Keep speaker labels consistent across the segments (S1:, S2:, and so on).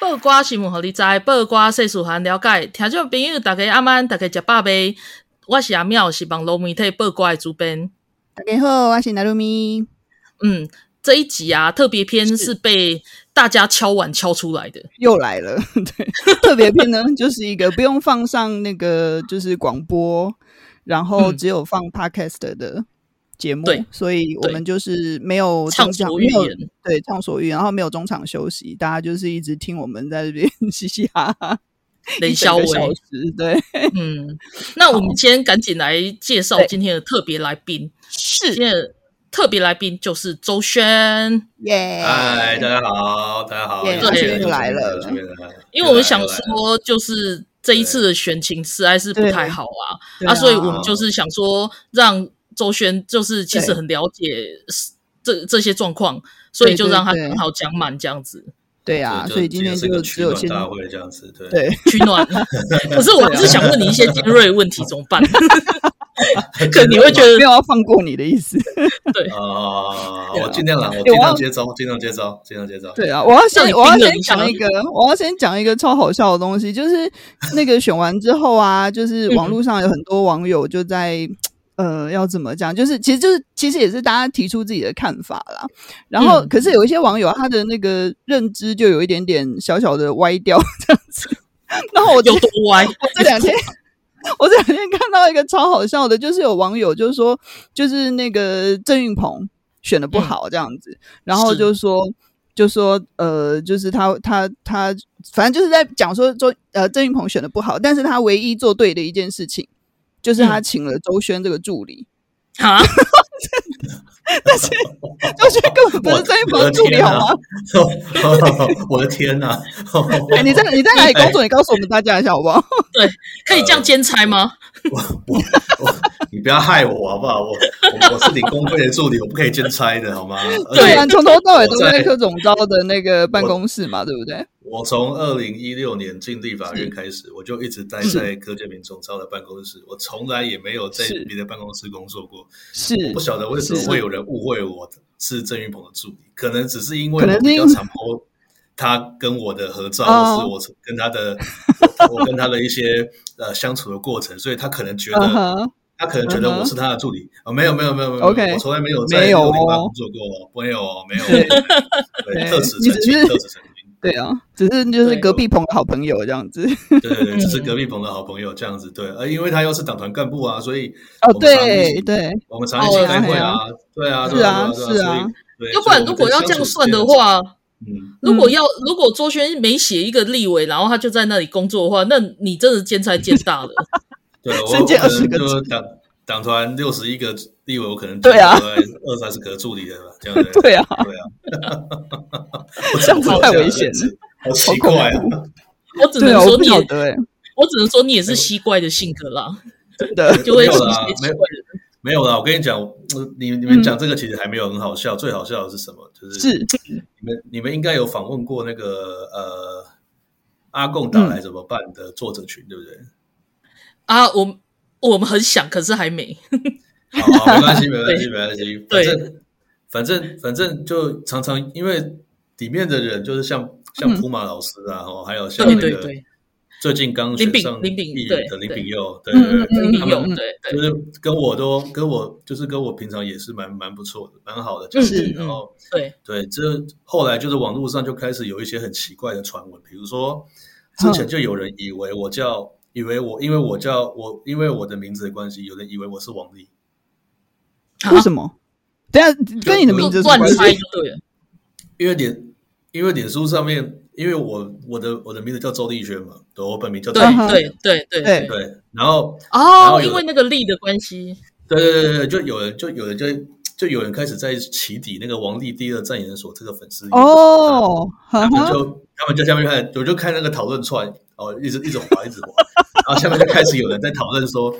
S1: 报歌新闻，互你知；报歌世事，含了解。听众朋友，大家晚安，大家食饱未？我是阿妙，是网络媒体报歌的主编。
S2: 大家好，我是纳鲁咪。
S1: 嗯，这一集啊，特别篇是被大家敲碗敲出来的。
S2: 又来了， 对，特别篇呢，就是一个不用放上那个就是广播，然后
S1: 嗯
S2: 只有放 podcast 的节目，
S1: 对
S2: 所以我们就是没有
S1: 畅
S2: 中场
S1: 所
S2: 没
S1: 欲
S2: 有
S1: 言
S2: 对畅所欲言，然后没有中场休息，大家就是一直听我们在这边嘻嘻哈哈
S1: 冷
S2: 一
S1: 笑
S2: 整
S1: 话
S2: 个小时，对，
S1: 嗯，那我们先赶紧来介绍
S2: 对
S1: 今天的特别来宾。
S2: 是
S1: 今天的特别来宾就是周轩，
S2: 耶，
S3: 嗨，
S1: 哎
S3: 大家好，大家好，
S2: 耶
S1: 阿轩
S2: 又来了
S3: 阿轩又来了
S1: 因为我们想说，就是这一次的选情实在是不太好啊，
S2: 对
S1: 啊，所以我们就是想说，让周轩就是其实
S2: 对
S1: 很了解这这些状况，所以就让他
S2: 对对对
S1: 刚好讲满这样子，
S2: 对啊，所以今天就只有
S3: 取
S2: 先
S3: 暖大会这样子，对，
S2: 对，
S1: 取 暖。可是我还是想问你一些尖锐的
S2: 啊
S1: 问题，怎么办？ 可 能你会觉
S2: 没
S1: 得
S2: 有要放过你的意思。
S3: 啊，
S2: 对啊
S3: 我尽量啦，我
S2: 对
S3: 尽
S2: 我要
S3: 量接招，尽量接招，尽量接招，
S2: 对啊，我要先
S1: 让你
S2: 我要
S1: 冰冷
S2: 先
S1: 一下
S2: 讲一个，我要先讲一个超好笑的东西，就是 那个选完之后啊，
S1: 嗯
S2: 就是网络上有很多网友就在。呃，要怎么讲？就是其实就是其实也是大家提出自己的看法啦。然后，
S1: 嗯
S2: 可是有一些网友他的那个认知就有一点点小小的歪掉 这样子。然 后我就
S1: 有多 歪？
S2: 这两天，我这两天看到一个超好笑的，就是有网友就说，就是那个郑运鹏选的
S3: 嗯
S2: 不好这样子，然后
S1: 是
S2: 就说。就说呃，就是他他他，反正就是在讲说周呃郑运鹏选的不好，但是他唯一做对的一件事情，就是他
S1: 嗯
S2: 请了周轩这个助理，
S1: 哈，
S2: 周轩根本不
S3: 我
S2: 是郑运鹏
S3: 我的
S2: 的助理
S3: 天
S2: 好
S3: 啊
S2: 吗？
S3: 我的天啊哪，
S2: 哎，你在你在哪里工作？你告诉我们大家一下好不好？
S1: 可以这样兼差吗？
S3: 我我你不要害我好不好？我我我是你工会的助理，我不可以兼差的好 吗？而且
S2: 对啊，从头到尾都
S3: 我
S2: 在
S3: 在
S2: 柯总招的那个办公室嘛，对不对？
S3: 我从二零一六年进立法院开始，我就一直待
S2: 嗯
S3: 在柯建明总召的办公室，我从来也没有在
S2: 是
S3: 别的办公室工作过。
S2: 是，
S3: 我不晓得为什么
S2: 是
S3: 会有人误会我是郑云鹏的助理，可能只是因为
S2: 可能
S3: 我
S2: 是
S3: 比
S2: 因
S3: 较
S2: 为
S3: 常 po 他跟我的合照，
S2: 哦
S3: 或是我曾跟他的我跟他的一些呃相处的过程，所以他可能觉
S2: 嗯
S3: 得
S2: 哼，
S3: 他可能觉得
S2: 嗯哼
S3: 我是他的助理啊，没有没有没有没有
S2: OK
S3: 我从来没有在
S2: 没有哦
S3: 六零八工作过，没有 哦没有哦，
S2: 对对
S3: 对，特此
S2: 你
S3: 澄
S2: 只
S3: 清，
S2: 是
S3: 特此澄清。
S2: 对啊，只是就是
S3: 对
S2: 隔
S3: 我
S2: 壁棚的好朋友这样子。
S3: 对 对
S2: 嗯
S3: 对，只是隔壁棚的好朋友这样子，对，呃，因为他又是党团干部啊，所以
S2: 哦，
S3: 我们常一
S2: 对
S3: 起，
S2: 对，
S3: 我们常一起开会
S2: 哦
S3: 啊，对啊，对啊，
S2: 是
S3: 对
S2: 啊
S3: 对
S2: 是啊
S3: 所以对
S1: 要不然如果要这样算的，话，
S3: 嗯，
S1: 如果要如果周轩没写一个立委，然后他就在那里工作的话，那你真的兼差兼大了。
S3: 对，我
S2: 身兼
S3: 我可
S2: 20
S3: 能
S2: 个
S3: 就党党团六十一个立委，我可能
S2: 对啊
S3: 二三十个助理了吧，这样子，
S2: 对啊，
S3: 对啊，
S2: 这样子太危险了，
S3: 好奇怪啊，
S1: 我只
S2: 对
S1: 能
S2: 啊，我
S1: 说
S2: 不
S1: 你，
S2: 晓得哎，
S1: 我只能说你也是西怪的性格啦，
S2: 真的，
S1: 就会
S3: 没
S1: 写
S3: 有啦
S1: 西怪
S3: 没有
S1: 的。
S3: 没有啦，我跟你讲，呃你你们讲
S1: 嗯
S3: 这个其实还没有很好笑，最好笑的是什么？就是
S2: 是
S3: 你们你们应该有访问过那个呃阿贡打来怎么办的作者群，对不 对？
S1: 啊，我我们很想，可是还没。
S3: 好，好没关系，没关系，没关系。
S1: 对
S3: 反正反正反正就常常因为里面的人就是像像
S2: 嗯
S3: 普马老师啊，哦，还有像
S1: 对
S3: 那
S1: 对
S3: 个
S1: 对，
S3: 最近刚
S1: 林
S3: 选
S1: 炳
S3: 上
S1: 林炳
S3: 议
S1: 对
S3: 员的林
S1: 对
S3: 炳佑，对
S2: 嗯
S3: 对对，
S1: 嗯，
S2: 嗯
S1: 有
S2: 嗯
S1: 对对，
S3: 就是跟我都跟我就是跟我平常也是蛮蛮不错的，蛮好的这样子
S1: 嗯嗯，嗯
S3: 然后。
S1: 对，
S3: 对，这后来就是网络上就开始有一些很奇怪的传闻，比如说之前就有人以为我叫，以为我因为我叫我因为我的名字的关系，有人以为我是王力，
S2: 为什么？等一下跟你的名字有什么
S1: 啊乱
S2: 关
S1: 猜
S2: 系？
S1: 就对 了。
S3: 因为脸因为脸书上面，因为我我的我的名字叫周立轩嘛，对，我本名叫周立轩，
S1: 对对对对对。
S3: 对，然后
S1: 嗯哎哦，
S3: 有
S1: 因为那个力的关系，
S3: 对对对对，就有人就有人就就有人开始在起底那个王力第二战研所这个粉丝页
S2: 哦，呵
S3: 他们
S2: 呵
S3: 就他们就下面看，我就看那个讨论串，哦，一直一直滑，一直滑， 然后下面就开始有人在讨论 说，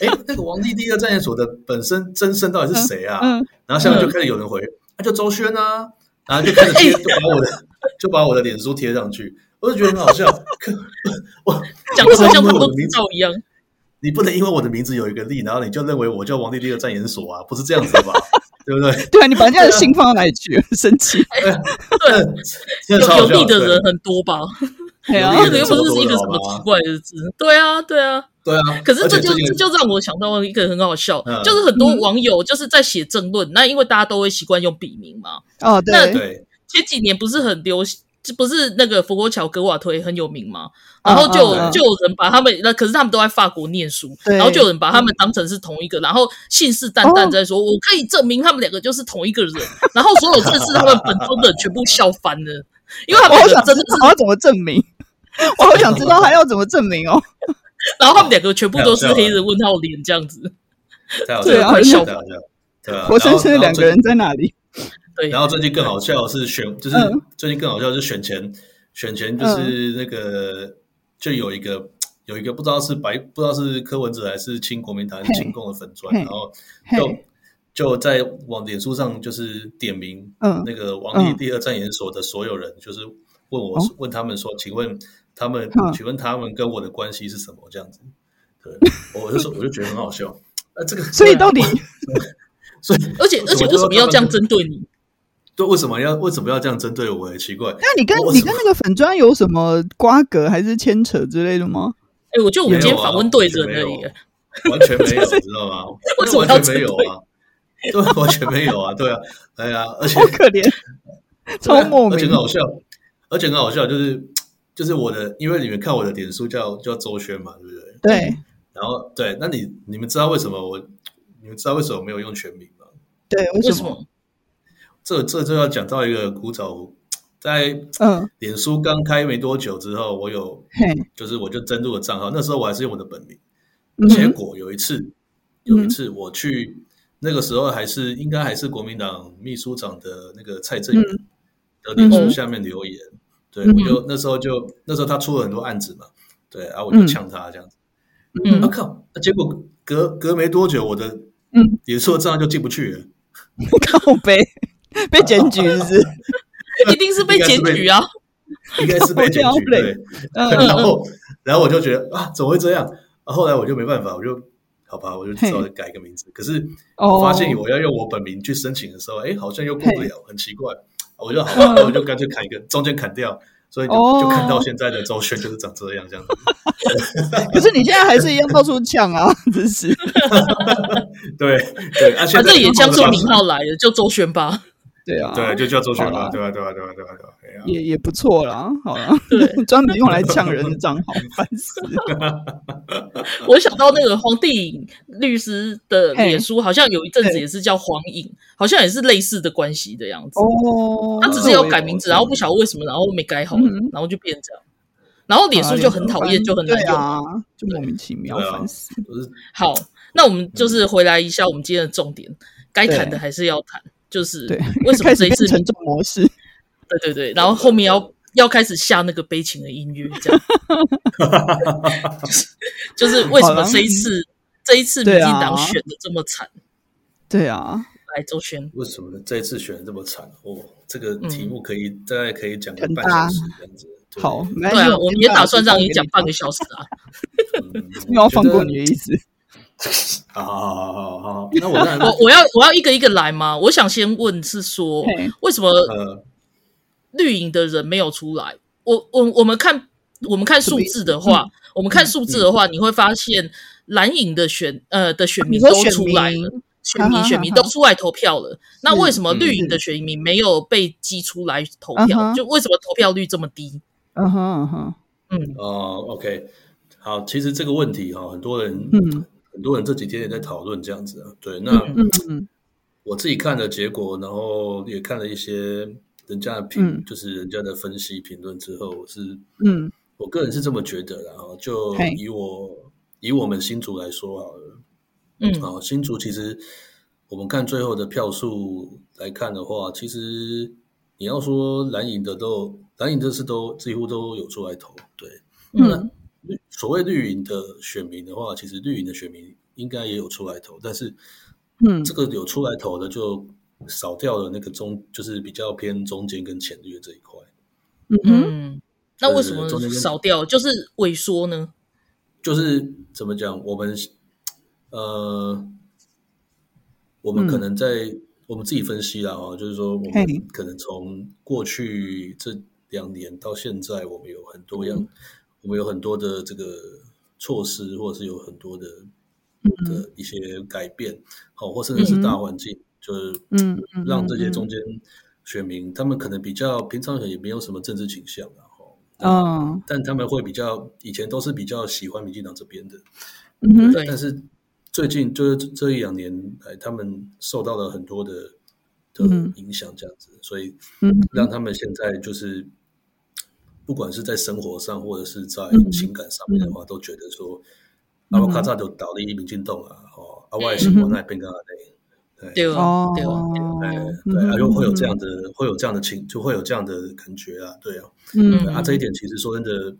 S3: 哎，那个王帝第二战研所的本身真身到底是谁啊？
S2: 嗯，
S3: 然后下面就开始有人回，那、就周轩啊，然后就开始
S2: 哎
S3: 贴，就把我的就把我的脸书贴上去，我就觉得很好笑， 可我
S1: 讲的好像
S3: 我不能因为
S1: 他
S3: 我
S1: 都
S3: 的
S1: 知
S3: 名字
S1: 道，一样。
S3: 你不能因为我的名字有一个力，然后你就认为我叫王帝第二战研所啊，不是这样子 的吧？对不对？
S2: 对啊，你把人家的信放到哪里去？ 生气，
S1: 对，
S3: 真超好
S1: 有有
S3: 笑
S1: 利的
S3: 对
S1: 人很多吧？
S2: 对
S3: 有
S2: 啊
S3: 力，
S1: 那个又不是一个什么奇怪的字。对啊，对啊。
S3: 对啊，
S1: 可是这
S3: 而且
S1: 就
S3: 个
S1: 这就让我想到一个很好笑
S3: 嗯，
S1: 就是很多网友就是在写政论，那因为大家都会习惯用笔名嘛。
S2: 哦，
S1: 那
S2: 对，
S3: 对。
S1: 前几年不是很流行，这不是那个佛国桥格瓦推很有名吗？然后就
S2: 嗯嗯嗯
S1: 就有人把他们，那可是他们都在法国念书，
S2: 对嗯
S1: 然后就有人把他们当成是同一个，然后信誓旦旦
S2: 哦
S1: 在说，我可以证明他们两个就是同一个人，然后所有正视他们本尊的人全部笑翻了，因为他
S2: 我
S1: 们两
S2: 好
S1: 个
S2: 想知
S1: 真的
S2: 道他要怎么证明，我好想知道他要怎么证明哦。
S1: 然后他们两个全部都是黑人问号脸这样子，
S3: 太好笑
S2: 对
S3: 了，
S2: 啊
S3: 太好笑了，对啊，
S1: 而且
S2: 活生生
S3: 然
S2: 的
S3: 后
S2: 两个人。在哪里？
S1: 对，
S3: 然后最近然后最近更好笑的是选，就是
S2: 嗯
S3: 最近更好笑的是选前，选前就是那个就有一个有一个不知道是白不知道是柯文哲还是亲国民党还是亲共的粉砖，
S2: 嘿
S3: 然后
S2: 嘿
S3: 就就在往脸书上就是点名
S2: 嗯
S3: 那个王力
S2: 嗯
S3: 第二战研所的所有人，就是问我
S2: 哦
S3: 问他们说，请问他们
S2: 嗯
S3: 请问他们跟我的关系是什么这样子？ 对，我就说我就觉得很好笑。 啊，这个
S2: 所以到底
S3: 所以
S1: 而且而且为什么要这样针对你？
S3: 对，为什么要为什么要这样针对我？很奇怪。
S2: 那你跟
S3: 我
S2: 你跟那个粉砖有什么瓜葛还是牵扯之类的吗？
S1: 哎、我觉得我们今天访问对人而
S3: 没
S1: 已
S3: 有啊。啊完全没有，你知道 吗？
S1: 为什么要
S3: 完全没有啊？对，完全没有啊！对啊，哎 呀，而且
S2: 好可怜，超莫
S3: 而且
S2: 名
S3: 很。好笑，而且很好笑，就是就是我的，因为你们看我的脸书叫叫周轩嘛，对不对？
S2: 对
S3: 然后对，那你你们知道为什么我你们知道为什么我没有用全名吗？
S2: 对，为
S1: 为
S2: 什
S1: 什
S2: 么？
S1: 么？
S3: 这这就要讲到一个古早，在
S2: 嗯，
S3: 脸书刚开没多久之后，我有
S2: 嘿，
S3: 就是我就登录了账号，那时候我还是用我的本名。
S2: 嗯
S3: 结果有一次，有一
S2: 嗯
S3: 次我去，那个时候还是应该还是国民党秘书长的那个蔡正元的脸
S2: 嗯
S3: 书
S2: 哼
S3: 下面留言，对
S2: 嗯
S3: 我就那时候就那时候他出了很多案子嘛，对，然、后我就
S2: 嗯
S3: 呛他这样子，
S1: 嗯
S3: 啊，靠，啊结果隔隔没多久我的
S2: 嗯
S3: 脸书的账号就进不去了，
S2: 靠背 被检举是不 是？
S1: 一定是被检举啊！
S3: 应该是被检
S2: 靠腰
S3: 举
S2: 嘞
S3: 对，
S2: 嗯
S3: 然后然后我就觉得啊，怎么会这样？然后后来我就没办法，我就好吧，我就只好
S2: 嘿
S3: 改一个名字。可是
S2: 哦
S3: 我发
S1: 啊
S3: 现我要用我本名去申请的时候，哎，好像又过不了，很奇怪。我就好吧， 那我就干脆砍一个，中间砍掉，所以就
S2: 哦
S3: 就看到现在的周旋就是长这样，这样子。
S2: 可是你现在还是一样到处呛啊，真是。
S3: 对对，啊，现
S1: 反
S3: 在
S1: 正也江苏
S3: 说
S1: 名号来了，就周旋吧。
S2: 对啊，
S3: 对，就叫周旋
S2: 好
S3: 吧，
S2: 啦
S3: 对啊吧？对吧？对吧？对吧？对吧哎呀？
S2: 也也不错啦，好啦，
S1: 对
S2: 专门用来呛人的账号，烦死了。
S1: 我想到那个黄帝颖律师的脸书，好像有一阵子
S2: 嘿
S1: 也是叫黄颖，好像也是类似的关系的样子。
S2: 哦
S1: 他只是要改名字，
S3: 对
S1: 然后不晓得为什么，然后没改好，
S2: 嗯哎
S1: 然后就变这样。然后脸书就很讨厌，就很难
S2: 对
S1: 用。
S2: 啊，就莫名其妙，
S3: 对啊
S2: 烦死。
S3: 我是
S1: 好，那我们
S2: 嗯
S1: 就是回来一下我们今天的重点，该谈的还是要谈，就是
S2: 对，
S1: 为什么
S2: 开
S1: 这
S2: 始
S1: 一
S2: 变
S1: 次
S2: 成这种模式？
S1: 对对对，然后后面要要开始下那个悲情的音乐， 这样，就是就是为什么这一次这一次民进
S2: 啊嗯对啊
S1: 党选的这么惨？
S2: 对啊，
S1: 来，周轩，
S3: 为什么这次选的这么惨？哦，这个题目可以大概可以讲个
S2: 很
S3: 半
S2: 大
S3: 小时这样子。对
S2: 好，没关
S1: 对
S2: 系
S1: 啊，我们也打算让你讲半
S2: 个，
S1: 个小时 啊。
S3: 嗯
S2: 没有要
S3: 我觉
S2: 放
S3: 得
S2: 过你的意思。
S3: 好好好好好好，那我 当然
S1: 我我要我要一个一个来吗？我想先问是说
S2: 嘿，
S1: 为什么
S3: 呃，
S1: 绿营的人没有出来？我我我们看我们看数字
S2: 嗯
S1: 的话，我们看数字的话，你会发现蓝营的选呃的选民
S2: 啊你说
S1: 都
S2: 选
S1: 出来
S2: 民
S1: 了。选
S2: 哈哈
S1: 民
S2: 哈
S1: 选民
S2: 哈
S1: 都出来投票了，那为什么绿营
S2: 嗯
S1: 的选民没有被激出来投
S2: 嗯
S1: 票？
S2: 哼
S1: 就为什么投票率这么低？
S2: 嗯哼嗯哼，
S1: 嗯，
S3: 哦，OK，好，其实这个问题哈、很多人，
S2: 嗯
S3: 很多人这几天也在讨论这样子啊。对，那
S1: 嗯
S2: 嗯嗯
S3: 我自己看的结果，然后也看了一些人家的评，
S2: 嗯
S3: 就是人家的分析评论之后，我是
S2: 嗯
S3: 我个人是这么觉得的啊。就
S2: 嘿
S3: 以我以我们新竹来说好了，
S1: 嗯
S3: 啊，新竹其实我们看最后的票数来看的话，其实你要说蓝营的都蓝营这次都几乎都有出来投，对，
S1: 嗯，
S3: 绿所谓绿营的选民的话，其实绿营的选民应该也有出来投，但是，
S2: 嗯
S3: 这个有出来投的就少掉了那个中，就是比较偏中间跟浅绿的这一块，
S2: 嗯哼，
S1: 嗯，那为什么
S3: 对中间跟
S1: 少掉？就是萎缩呢？
S3: 就是怎么讲，我们呃，我们可能在、我们自己分析啦，哦，就是说我
S2: 嗯嘿
S3: 们可能从过去这两年到现在，我们有很多样，
S2: 嗯
S3: 我们有很多的这个措施，或者是有很多的
S2: 嗯
S3: 的一些改变，好、或甚至是大环境，就是
S2: 嗯嗯
S3: 让这些
S2: 嗯
S3: 中间选民，他们可能比较平常也没有什么政治倾向然后。
S2: 嗯
S3: 但他们会比较以前都是比较喜欢民进党这边的，
S2: 嗯哼，
S1: 对
S3: 但是最近就是这这一两年来，他们受到了很多的的
S2: 嗯
S3: 影响，这样子，所以
S2: 嗯哼
S3: 让他们现在就是不管是在生活上或者是在
S2: 嗯
S3: 情感上面的话，都觉得说阿我
S2: 嗯
S3: 卡扎就倒了一民进党啊，哦，阿外
S1: 嗯
S3: 是我那边干嘞，
S1: 对哦
S2: 哦，，
S1: 对哦，
S3: 哎，
S2: 嗯
S3: 对，啊，
S2: 哼
S3: 就会有这，样
S2: 嗯
S3: 的，会有这样的情，就会有这样的感觉啊，对啊，
S2: 嗯
S3: 对啊，这一点其实说真的，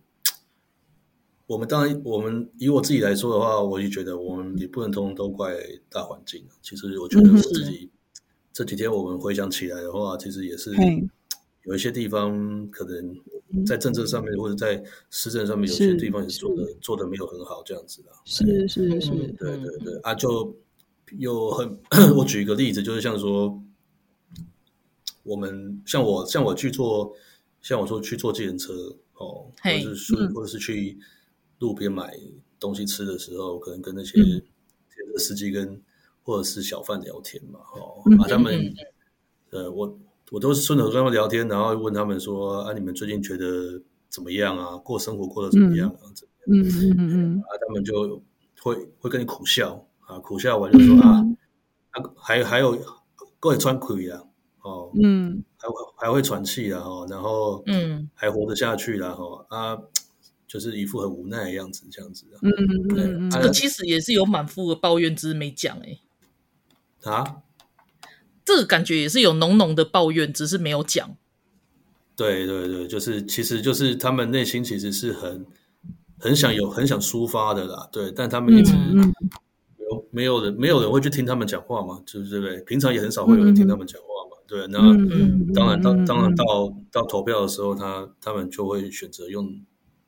S3: 我们当然，我们以我自己来说的话，我就觉得我们也不能通通都怪大环境啊。其实我觉得
S2: 嗯
S3: 我
S2: 哼
S3: 自己这几天我们回想起来的话，其实也是
S2: 嘿嗯
S3: 有一些地方可能在政策上面或者在施政上面，有些
S2: 是
S3: 地方也是做的做的没有很好这样子的。
S2: 是
S1: 嗯
S2: 是是，
S3: 对对对啊，就有很， 我举一个例子，就是像说，我们像我像我去做，像我说去坐计程车哦，或
S1: 嘿嗯
S3: 者是说或者是去路边买东西吃的时候，可能跟那些
S2: 嗯
S3: 这个司机跟或者是小贩聊天嘛，哦，
S2: 嗯
S3: 啊，他们
S1: 嗯
S3: 呃，我我都是顺着跟他们聊天，然后问他们说啊，你们最近觉得怎么样啊？过生活过得怎么样啊？怎么样？
S2: 嗯嗯嗯
S3: 啊，他们就会会跟你苦笑啊，苦笑完就说啊，
S2: 嗯
S3: 啊还还有各位穿苦啊，哦，
S2: 嗯
S3: 还会还会喘气啊，哦，然后
S1: 嗯
S3: 还活得下去啦，哦啊，就是一副很无奈的样子，这样子啊
S2: 嗯嗯嗯
S1: 这个其实也是有满腹的抱怨，只是没讲哎、
S3: 啊，
S1: 这个感觉也是有浓浓的抱怨，只是没有讲。
S3: 对对对，就是其实就是他们内心其实是很很想有很想抒发的啦，对，但他们一直
S1: 嗯
S2: 嗯
S3: 没有没有人没有人会去听他们讲话嘛，就是对不对？平常也很少会有人听他们讲话嘛，对，啊那。
S2: 嗯，
S3: 当然到当然到到投票的时候，他他们就会选择用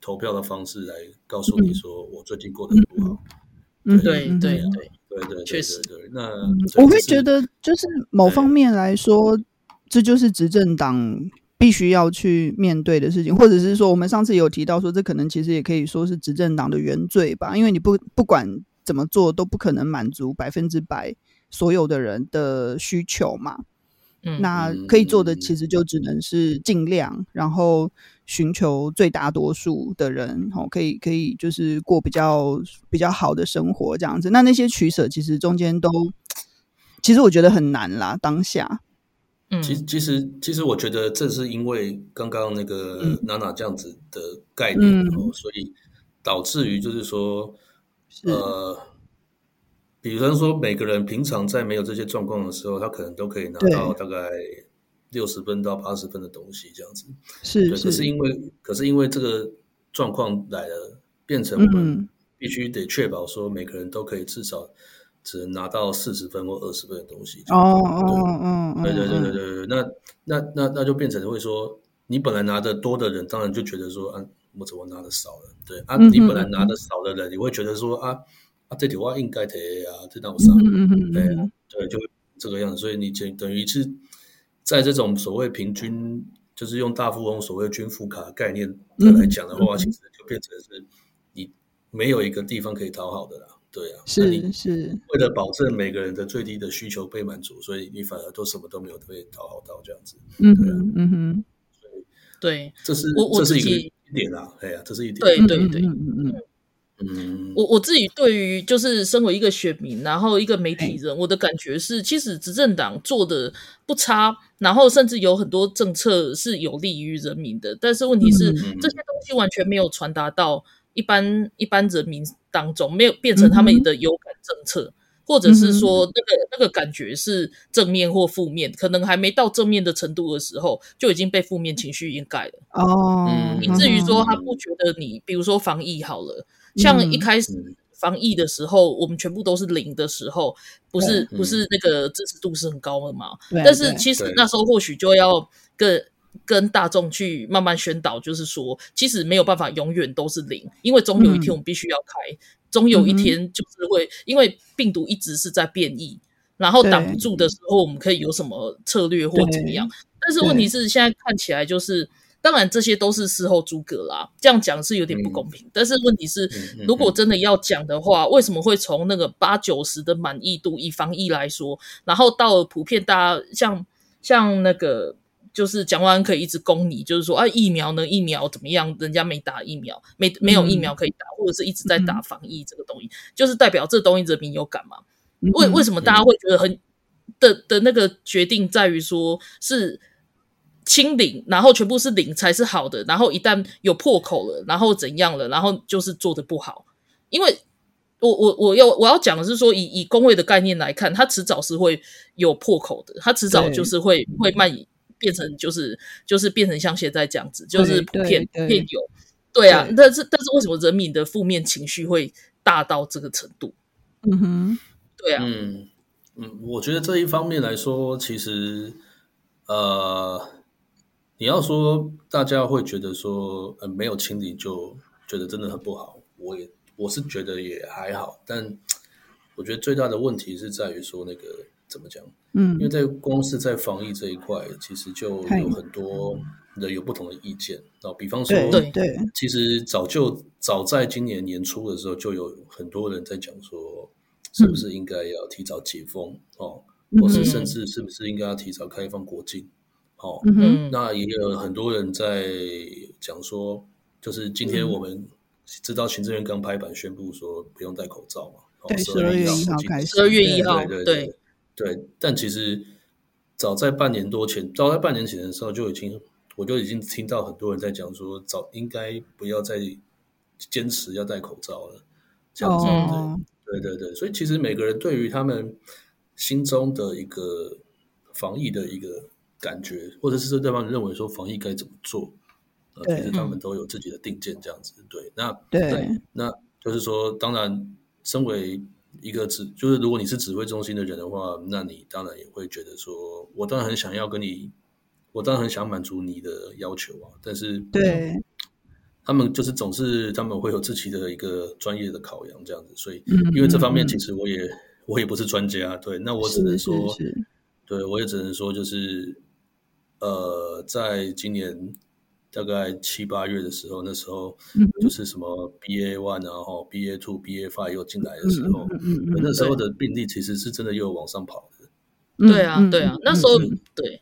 S3: 投票的方式来告诉
S2: 嗯
S3: 你说，我最近过得很不好。
S1: 对对
S3: 嗯
S1: 对，
S3: 对对，对
S1: 确实嗯
S3: 对。对那
S2: 嗯我会觉，得，就是某方面来说，这就是执政党必须要去面对的事情，或者是说，我们上次有提到说，这可能其实也可以说是执政党的原罪吧，因为你不不管怎么做，都不可能满足百分之百所有的人的需求嘛。
S1: 嗯，
S2: 那
S3: 嗯
S2: 可以做的其实就只能是尽量，然后寻求最大多数的人，哦，可以可以就是过比较比较好的生活这样子。那那些取舍其实中间都，其实我觉得很难啦，当下。
S1: 嗯
S3: 其实其实其实我觉得正是因为刚刚那个
S2: 嗯
S3: 娜娜这样子的概念，
S2: 嗯
S3: 然后所以导致于就是说，
S2: 是，
S3: 呃，比方说每个人平常在没有这些状况的时候，他可能都可以拿
S2: 对
S3: 到大概六十分到八十分的东西这样子。
S2: 是
S3: 对，可是
S2: 是，
S3: 因为可是因为这个状况来了，变成我们
S2: 嗯
S3: 必须得确保说每个人都可以至少只能拿到四十分或二十分的东西。
S2: 哦哦哦，嗯
S3: 对对对对对对对，
S2: 嗯
S3: 那那那那就变成会说，你本来拿的多的人，当然就觉得说啊，我怎么拿的少了？对啊，
S2: 嗯
S3: 你本来
S2: 嗯
S3: 拿的少的人，你会觉得说啊啊，这条话应该得啊，这让我上。
S2: 嗯嗯
S3: 对
S2: 嗯
S3: 啊，对，就会这个样子。所以你等等于是在这种所谓平均，就是用大富翁所谓均富卡概念的来讲的话，
S1: 嗯
S3: 其实就变成是你没有一个地方可以讨好的啦。对啊，那你
S2: 是是，
S3: 为了保证每个人的最低的需求被满足，所以你反而都什么都没有被讨好到这样子。
S2: 嗯哼嗯哼，
S3: 啊
S1: 对
S3: 这是
S1: 我我
S3: 这是
S1: 自
S3: 一个
S1: 己
S3: 一点啦，哎呀，这是一点。
S1: 对对对，
S2: 嗯嗯嗯
S3: 嗯，
S1: 我我自己对于就是身为一个选民，然后一个媒
S3: 哎
S1: 体人，我的感觉是，其实执政党做的不差，然后甚至有很多政策是有利于人民的，但是问题是、
S3: 嗯
S1: 这些东西完全没有
S3: 嗯
S1: 传达到一般一般人民当中，没有变成他们的有感政策。或者是说那个、那个感觉是正面或负面，可能还没到正面的程度的时候，就已经被负面情绪掩盖了。
S2: 哦，
S3: 嗯
S1: 以至于说他不觉得你，比如说防疫好了，像
S3: 嗯
S1: 一开始防疫的时候，我们全部都是零的时候，不是
S3: 嗯
S1: 不是那个支持度是很高的嘛？
S2: 对
S1: 但是
S2: 对
S1: 其实
S3: 对
S1: 那时候或许就要跟跟大众去慢慢宣导，就是说，其实没有办法永远都是零，因为总有
S2: 嗯
S1: 一天我们必须要开，总有一天就是会，因为病毒一直是在变异，然后
S2: 对
S1: 挡不住的时候，我们可以有什么策略或怎么样？但是问题是，现在看起来就是。当然，这些都是事后诸葛啦。这样讲是有点不公平，但是问题是
S3: 嗯嗯，
S1: 如果真的要讲的话，为什么会从那个八九十的满意度以防疫来说，然后到了普遍大家像像那个就是蒋万安可以一直攻你，就是说啊疫苗呢疫苗怎么样，人家没打疫苗，没没有疫
S3: 嗯
S1: 苗可以打，或者是一直在打防疫这个东西，就是代表这东西人民有感嘛。
S2: 嗯
S1: 为为什么大家会觉得很的的那个决定在于说是清零，然后全部是零才是好的，然后一旦有破口了，然后怎样了，然后就是做的不好，因为。我我我要我要讲的是说以，以工位的概念来看，它迟早是会有破口的，它迟早
S2: 对
S1: 就是会会蔓延变成就是就是变成像现在这样子，就是
S2: 对
S1: 普遍
S2: 对
S1: 普
S2: 对
S1: 遍有，对啊
S2: 对，
S1: 但是但是为什么人民的负面情绪会大到这个程度？
S2: 嗯哼，
S1: 对啊，
S3: 嗯嗯，我觉得这一方面来说，其实呃，你要说大家会觉得说，呃，没有清理就觉得真的很不好，我也我是觉得也还好，但我觉得最大的问题是在于说那个怎么讲，因为
S2: 嗯
S3: 在光是在防疫这一块，其实就
S2: 嗨
S3: 有很多人有不同的意见，然后比方说
S2: 对嗯
S1: 对
S2: 对，
S3: 其实早就早在今年年初的时候，就有很多人在讲说，是不
S2: 嗯
S3: 是应该要提早解封、哦，或是甚至是不是应该要提早开放国境哦？
S2: 嗯哼，
S1: 嗯
S3: 那也有很多人在讲说，就是今
S2: 嗯
S3: 天我们知道行政院刚拍板宣布说不用戴口罩嘛，哦
S2: 对，十二
S3: 12号
S2: 月一号
S3: 国境
S2: 开始，
S1: 十二月一号，
S3: 对
S1: 对
S3: 对对，但其实早在半年多前，早在半年前的时候就已经，我就已经听到很多人在讲说，早应该不要再坚持要戴口罩了，这样子。
S2: 哦，
S3: 对对对对，所以其实每个人对于他们心中的一个防疫的一个感觉，或者是对方认为说防疫该怎么做，呃，
S2: 对嗯
S3: 其实他们都有自己的定见，这样子。对，那
S2: 对，
S3: 那就是说，当然，身为一个指，就是如果你是指挥中心的人的话，那你当然也会觉得说，我当然很想要跟你，我当然很想满足你的要求啊，但是
S2: 对，
S3: 他们就是总是他们会有自己的一个专业的考量，这样子，所以
S1: 嗯
S3: 因为这方面其实我也、 我也不是专家，对，那我只能
S2: 是
S3: 说，
S2: 是是，
S3: 对，我也只能说，就是呃，在今年大概七八月的时候，那时候
S1: 嗯
S3: 就是什么 BA one 啊然后 BA two、BA five 又进来的时
S1: 嗯
S3: 候，
S2: 嗯
S3: 对那时候的病例其实是真的又有往上跑的。
S2: 嗯
S1: 对啊，对啊，那时候
S3: 嗯
S1: 对，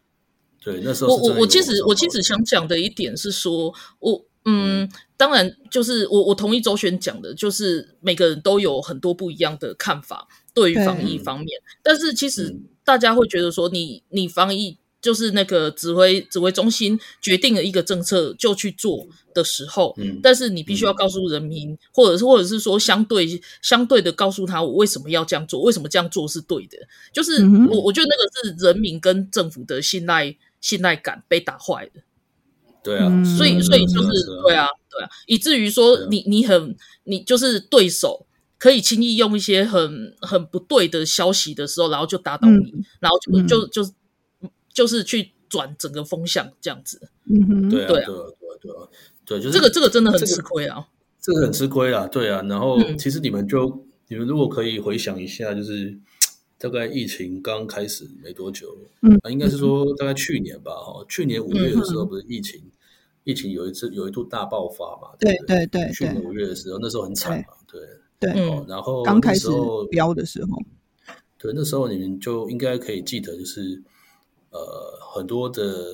S3: 对，那时候
S1: 我
S3: 是真
S1: 我
S3: 的
S1: 我
S3: 有
S1: 其
S3: 往
S1: 实
S3: 上
S1: 我
S3: 跑
S1: 其
S3: 的
S1: 实想讲的一点是说，我嗯，当然就是我我同意周璇讲的，就是每个人都有很多不一样的看法对于
S2: 对
S1: 防疫
S3: 嗯
S1: 方面，但是其实
S3: 嗯
S1: 大家会觉得说你，你防疫就是那个指挥指挥中心决定了一个政策就去做的时候，
S3: 嗯
S1: 但是你必须要告诉人民，或者是或者是说相对相对的告诉他我为什么要这样做，为什么这样做是对的，就是
S2: 嗯哼
S1: 我我觉得那个是人民跟政府的信赖信赖感被打坏了，
S3: 对啊，
S2: 嗯
S3: 是啊
S1: 所以
S3: 是
S1: 所以
S3: 啊
S1: 就是是
S3: 啊
S1: 对啊对啊，以至于说
S3: 对啊
S1: 你你很你就是对手。可以轻易用一些很很不对的消息的时候，然后就打倒你，然后就、
S2: 嗯
S1: 就就就是去转整个风向这样子，
S2: 嗯哼，
S3: 对啊，
S1: 对
S3: 对啊，
S1: 啊
S3: 对啊，对啊，对，就是
S1: 这个这个真的很
S3: 这个
S1: 吃亏啊。
S3: 这个很吃亏啦，对啊。然后
S1: 嗯
S3: 其实你们就、你们如果可以回想一下，就是大概疫情刚开始没多久，
S2: 嗯
S3: 啊，应该是说大概去年吧，哈，去年五月的时候不是疫情，疫情有一次有一度大爆发嘛，
S2: 对
S3: 不
S2: 对对
S3: 去年
S2: 对
S3: 五月的时候，那时候很惨嘛，对。
S2: 对，
S1: 嗯
S3: 哦，然后
S2: 刚开
S3: 那
S2: 始
S3: 时候
S2: 标的时候，
S3: 对，那时候你们就应该可以记得，就是呃，很多的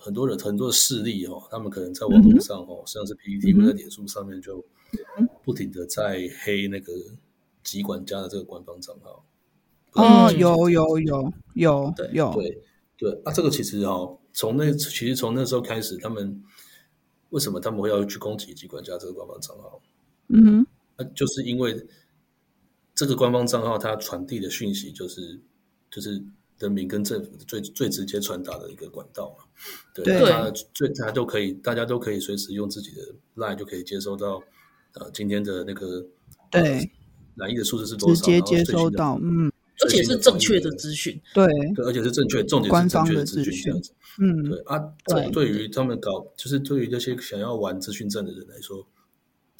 S3: 很多人很多的势力哦，他们可能在
S2: 嗯
S3: 网络上哦，像是 PPT 或者脸书上面就不停的在黑那个集管家的这个官方账号。
S2: 哦，
S1: 嗯
S2: 有有有有
S1: 对
S2: 有，
S3: 对对啊，这个其实哦，从那其实从那时候开始，他们为什么他们会要去攻击集管家这个官方账号？
S2: 嗯哼，
S3: 那就是因为这个官方账号它传递的讯息就是就是人民跟政府最最直接传达的一个管道嘛。对，
S2: 对
S3: 那它最大家都可以，大家都可以随时用自己的 line 就可以接收到呃今天的那个呃
S2: 对
S3: 染疫的数字是多
S2: 直
S3: 少，
S2: 接
S3: 然后
S2: 接
S3: 最新
S2: 收
S3: 的
S2: 到，嗯，
S1: 而且是正确的
S3: 资，
S1: 资讯。
S2: 对，
S3: 对，而且是正确，重点
S2: 官
S3: 是正
S2: 方
S3: 确
S2: 的
S3: 资
S2: 资
S3: 讯这样
S2: 讯
S3: 子。
S2: 嗯，
S3: 对啊，
S2: 对
S3: 这对于他们搞，就是对于那些想要玩资讯战的人来说，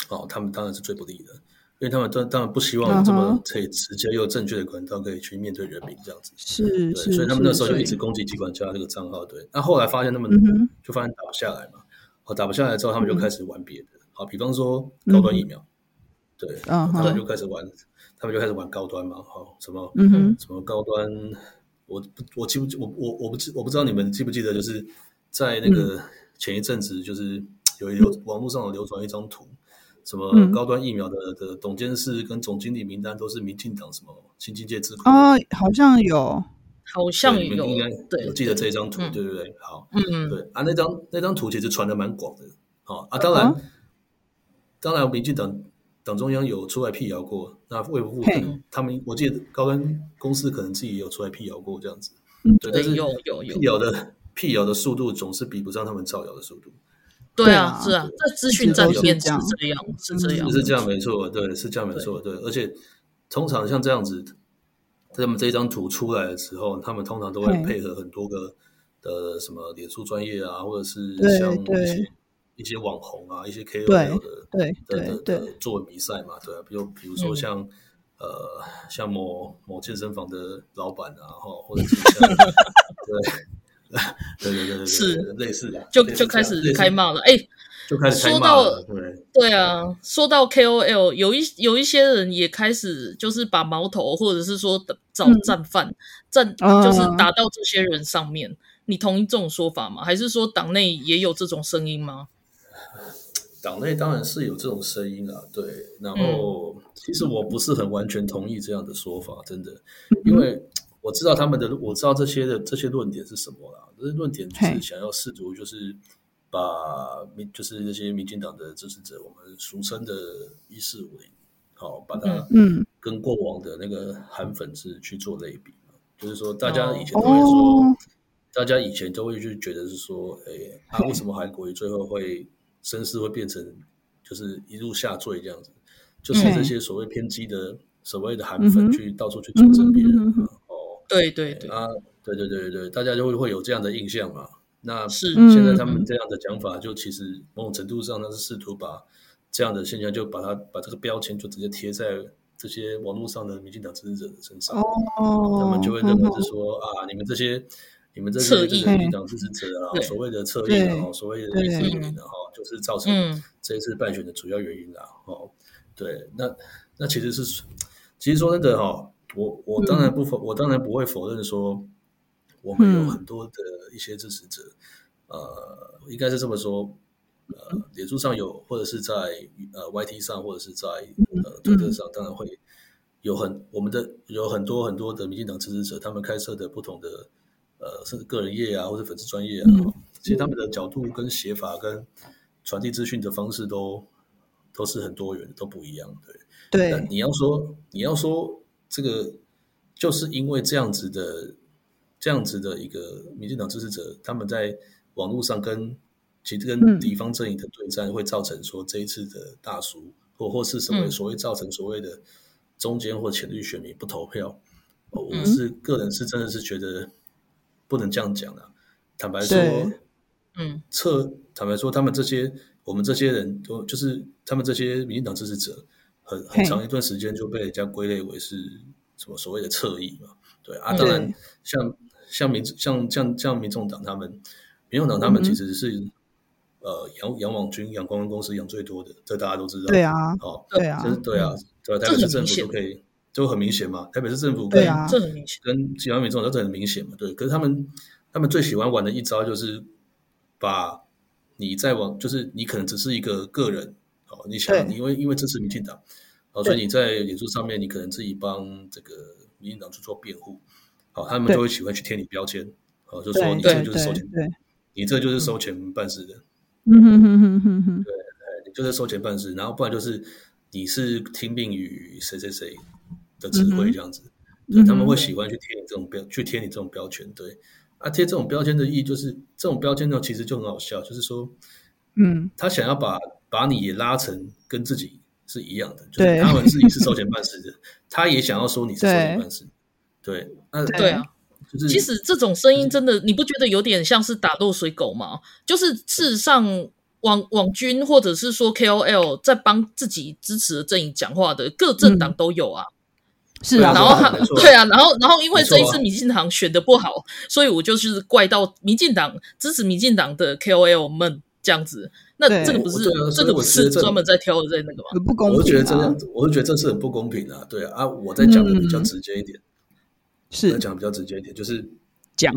S3: 哦，他们当然是最不利的，因为他们当当然不希望有这
S2: 嗯
S3: 么
S2: 哼
S3: 可以直接又正确的管道可以去面对人民这样子。
S2: 是
S3: 对，
S2: 是，
S3: 所以他们那时候就是一直攻击机关家这个账号，对。那后来发现他们
S2: 嗯哼嗯
S3: 就发现打不下来嘛，哦，打不下来之后，他们就开始玩别的，好，比方说高端疫苗，对，
S2: 嗯
S3: 他们
S2: 哼
S3: 就开始玩，他们就开始玩高端嘛，好，什么
S2: 嗯哼，
S3: 什么高端，我不我记不记我我我不记我不知道你们记不记得，就是在那
S2: 嗯
S3: 个前一阵子，就是有一流网络上有流传一张图，什么
S2: 嗯
S3: 高端疫苗的的总监事跟总经理名单都是民进党什么新境界智库
S2: 啊，好像有，
S1: 好像
S3: 对你们
S1: 有
S3: 应该
S1: 对，
S3: 有记得这一张图
S1: 嗯，
S3: 对不对？好，
S1: 嗯，
S3: 对啊，那张那张图其实传的蛮广的，好啊，当然
S1: 哦
S2: 嗯，
S3: 当然，民进党党中央有出来辟谣过，那卫福部
S2: 嘿
S3: 可能他们我记得高端公司可能自己也有出来辟谣过这样子
S2: 嗯，
S3: 对，但
S1: 对，
S3: 是
S1: 有有有
S3: 辟，谣的辟谣的速度总是比不上他们造谣的速度，
S1: 对啊，
S2: 对啊
S1: 是啊，在资讯站里面是
S2: 一直都是
S1: 这样，是这样，
S3: 嗯是这样没错，对，是这样没错，对，而且通常像这样子，他们这张图出来的时候，他们通常都会
S2: 嘿
S3: 配合很多个的什么脸书专业啊，或者是
S2: 对
S3: 像一
S2: 对
S3: 些一些网红啊，一些 KOL
S2: 对
S3: 的
S2: 对
S3: 的
S2: 对
S3: 的
S2: 对
S3: 的作文比赛嘛，对啊，比如比如
S1: 嗯
S3: 说像、呃像某某健身房的老板啊，哈，或者 是像 对对对对对，
S1: 是
S3: 类似的，
S1: 就
S3: 类似
S1: 就开
S3: 这样
S1: 始
S3: 类似
S1: 开骂了。哎，
S3: 就开始开
S1: 说
S3: 骂
S1: 到
S3: 了，对。
S1: 对啊，说到 KOL，有一有一些人也开始就是把矛头，或者是说找
S3: 嗯
S1: 战犯，战
S2: 啊
S1: 就是打到这些人上面。你同意这种说法吗？还是说党内也有这种声音吗？
S3: 党内当然是有这种声音啊，对。
S2: 嗯
S3: 然后，其实我不是很完全同意这样的说法，真的，因为我知道他们的，我知道这些的这些论点是什么啦。这些论点就
S2: 嘿
S3: 是想要试图就是把民，就是那些民进党的支持者，我们俗称的“一四五零”，好，把它
S2: 嗯，
S3: 跟过往的那个韩粉是去做类比嘛，就是说大家
S1: 哦
S3: 以前都会说，
S2: 哦
S3: 大家以前都会去觉得是说，哎、啊，为什么韩国瑜最后会身世会变成就是一路下坠这样子，就是
S2: 嗯
S3: 这些所谓偏激的所谓的韩
S2: 嗯
S3: 粉
S2: 哼
S3: 去到处去主政别人、
S2: 嗯哼嗯哼嗯
S3: 啊哦，
S1: 对对对，
S3: 啊，对对对对，大家就会会有这样的印象嘛。那
S1: 是
S3: 现在他
S2: 嗯
S3: 们这样的讲法，就其实某种程度上，他是试图把这样的现象，就把它把这个标签就直接贴在这些网络上的民进党支持者的身上，他
S2: 哦
S3: 们就会认为是说啊，你们这些你们这些
S1: 侧
S3: 就是
S1: 翼
S3: 民进党支持者啊，
S1: 对
S3: 所谓的侧翼啊，
S2: 嗯对
S3: 所谓的
S2: 对
S3: 一四五零啊，就是造成
S1: 嗯
S3: 这一次败选的主要原因啦、哦，对，那那其实是，其实说真的哈、我我当然不否，我当然不会否认说，我们有很多的一些支持者，呃，应该是这么说，呃，脸书上有，或者是在呃 YT 上，或者是在呃推特上，当然会有很我们的有很多很多的民进党支持者，他们开设的不同的呃，甚至个人业啊，或者粉丝专业啊，其实他们的角度跟写法跟传递资讯的方式都都是很多元的，都不一样，对。那
S2: 对，
S3: 你要说你要说这个，就是因为这样子的这样子的一个民进党支持者，他们在网络上跟其实跟
S2: 嗯
S3: 敌方阵营的对战，会造成说这一次的大输，或或是什么
S1: 嗯
S3: 所谓造成所谓的中间或浅绿选民不投票，哦我
S1: 嗯
S3: 是个人是真的是觉得不能这样讲的、啊坦白说，
S2: 对
S1: 嗯，
S3: 测坦白说，他们这些我们这些人都就是他们这些民进党支持者，很很
S2: 嘿
S3: 长一段时间就被人家归类为是什么所谓的侧翼嘛。对啊，
S1: 嗯
S3: 当然
S2: 对
S3: 像像民像像像民众党他们，民众党他们
S2: 嗯哼
S3: 其实是、呃杨杨网军、杨光文公司养最多的，这大家都知道。
S2: 对，啊，
S3: 哦，
S2: 对啊
S3: 这，是对啊，对啊，台
S1: 这
S3: 北市
S1: 很
S3: 政
S1: 明
S3: 府
S1: 显
S3: 都可以，就很明显嘛。台北市政府
S2: 对
S3: 跟
S2: 啊
S1: 这很明显。
S3: 跟几万民众都是很明显嘛，对。可是他们他们最喜欢玩的一招就是把你在网，就是你可能只是一个个人，哦，你想
S2: 对
S3: 你因为因为支持民进党，哦，所以你在脸书上面你可能自己帮这个民进党去做辩护，好、他们
S2: 对
S3: 就会喜欢去贴你标签，哦，就说
S2: 对
S3: 你这
S2: 对
S3: 就是收
S2: 对
S3: 钱，
S2: 对，
S3: 你这就是收钱办事的，
S2: 嗯哼哼哼哼哼，
S3: 你就是收钱办事，然后不然就是你是听命于谁谁谁，的词
S2: 嗯
S3: 汇这样子。对，他们会喜欢去贴你这种标，去贴你这种标签。对，啊，贴这种标签的意义就是，这种标签呢，其实就很好笑，就是说，
S2: 嗯，
S3: 他想要把把你也拉成跟自己是一样的，就
S2: 对
S3: 是他们自己是收钱办事的， 他也想要说你是收钱办事。对，那
S1: 对啊，
S3: 就是
S1: 其实这种声音真的，你不觉得有点像是打落水狗吗？就是事实上，网网军或者是说 KOL 在帮自己支持的阵营讲话的，各政党都有啊。
S2: 是啊，
S1: 然后他
S3: 嗯没错
S1: 对啊，然后然后因为这一
S3: 没错
S1: 次
S3: 啊
S1: 民进党选的不好，所以我就是怪到民进党支持民进党的 KOL 们这样子。那
S2: 对
S1: 这个不是
S3: 我我
S1: 这个不
S3: 我觉
S1: 是
S3: 得这
S1: 专门在挑的在那个吗？
S2: 很不公平、啊。
S3: 我就觉得这样，我就觉得这是很不公平啊。对啊，啊我在讲的比较
S2: 嗯
S3: 直接一点，我
S2: 是
S3: 在讲得比较直接一点，就是
S2: 讲，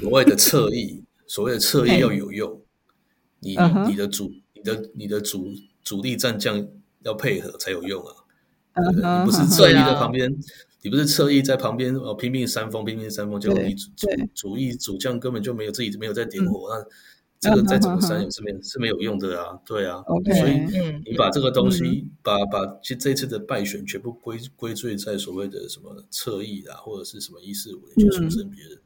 S3: 所谓的侧翼，所谓的侧翼要有用，你
S2: 嗯哼
S3: 你的主你的你的主主力战将要配合才有用啊，
S2: 嗯
S3: 对不对？
S2: 哼
S3: 你不是
S2: 嗯哼
S3: 侧翼
S1: 对啊
S3: 在旁边，你不是侧翼在旁边哦拼命煽风拼命煽风，结果你主
S2: 嗯对
S3: 主义主将根本就没有自己没有在点火，那这个
S2: 嗯哼
S3: 再怎么
S2: 嗯
S3: 煽
S2: 哼
S3: 也是没有是没有用的啊，对啊
S2: OK
S3: 所以
S1: 嗯，
S3: 你把这个东西，把把这这一次的败选全部归归罪在所谓的什么侧翼啦，或者是什么一四五
S1: 嗯
S3: 去出身别人。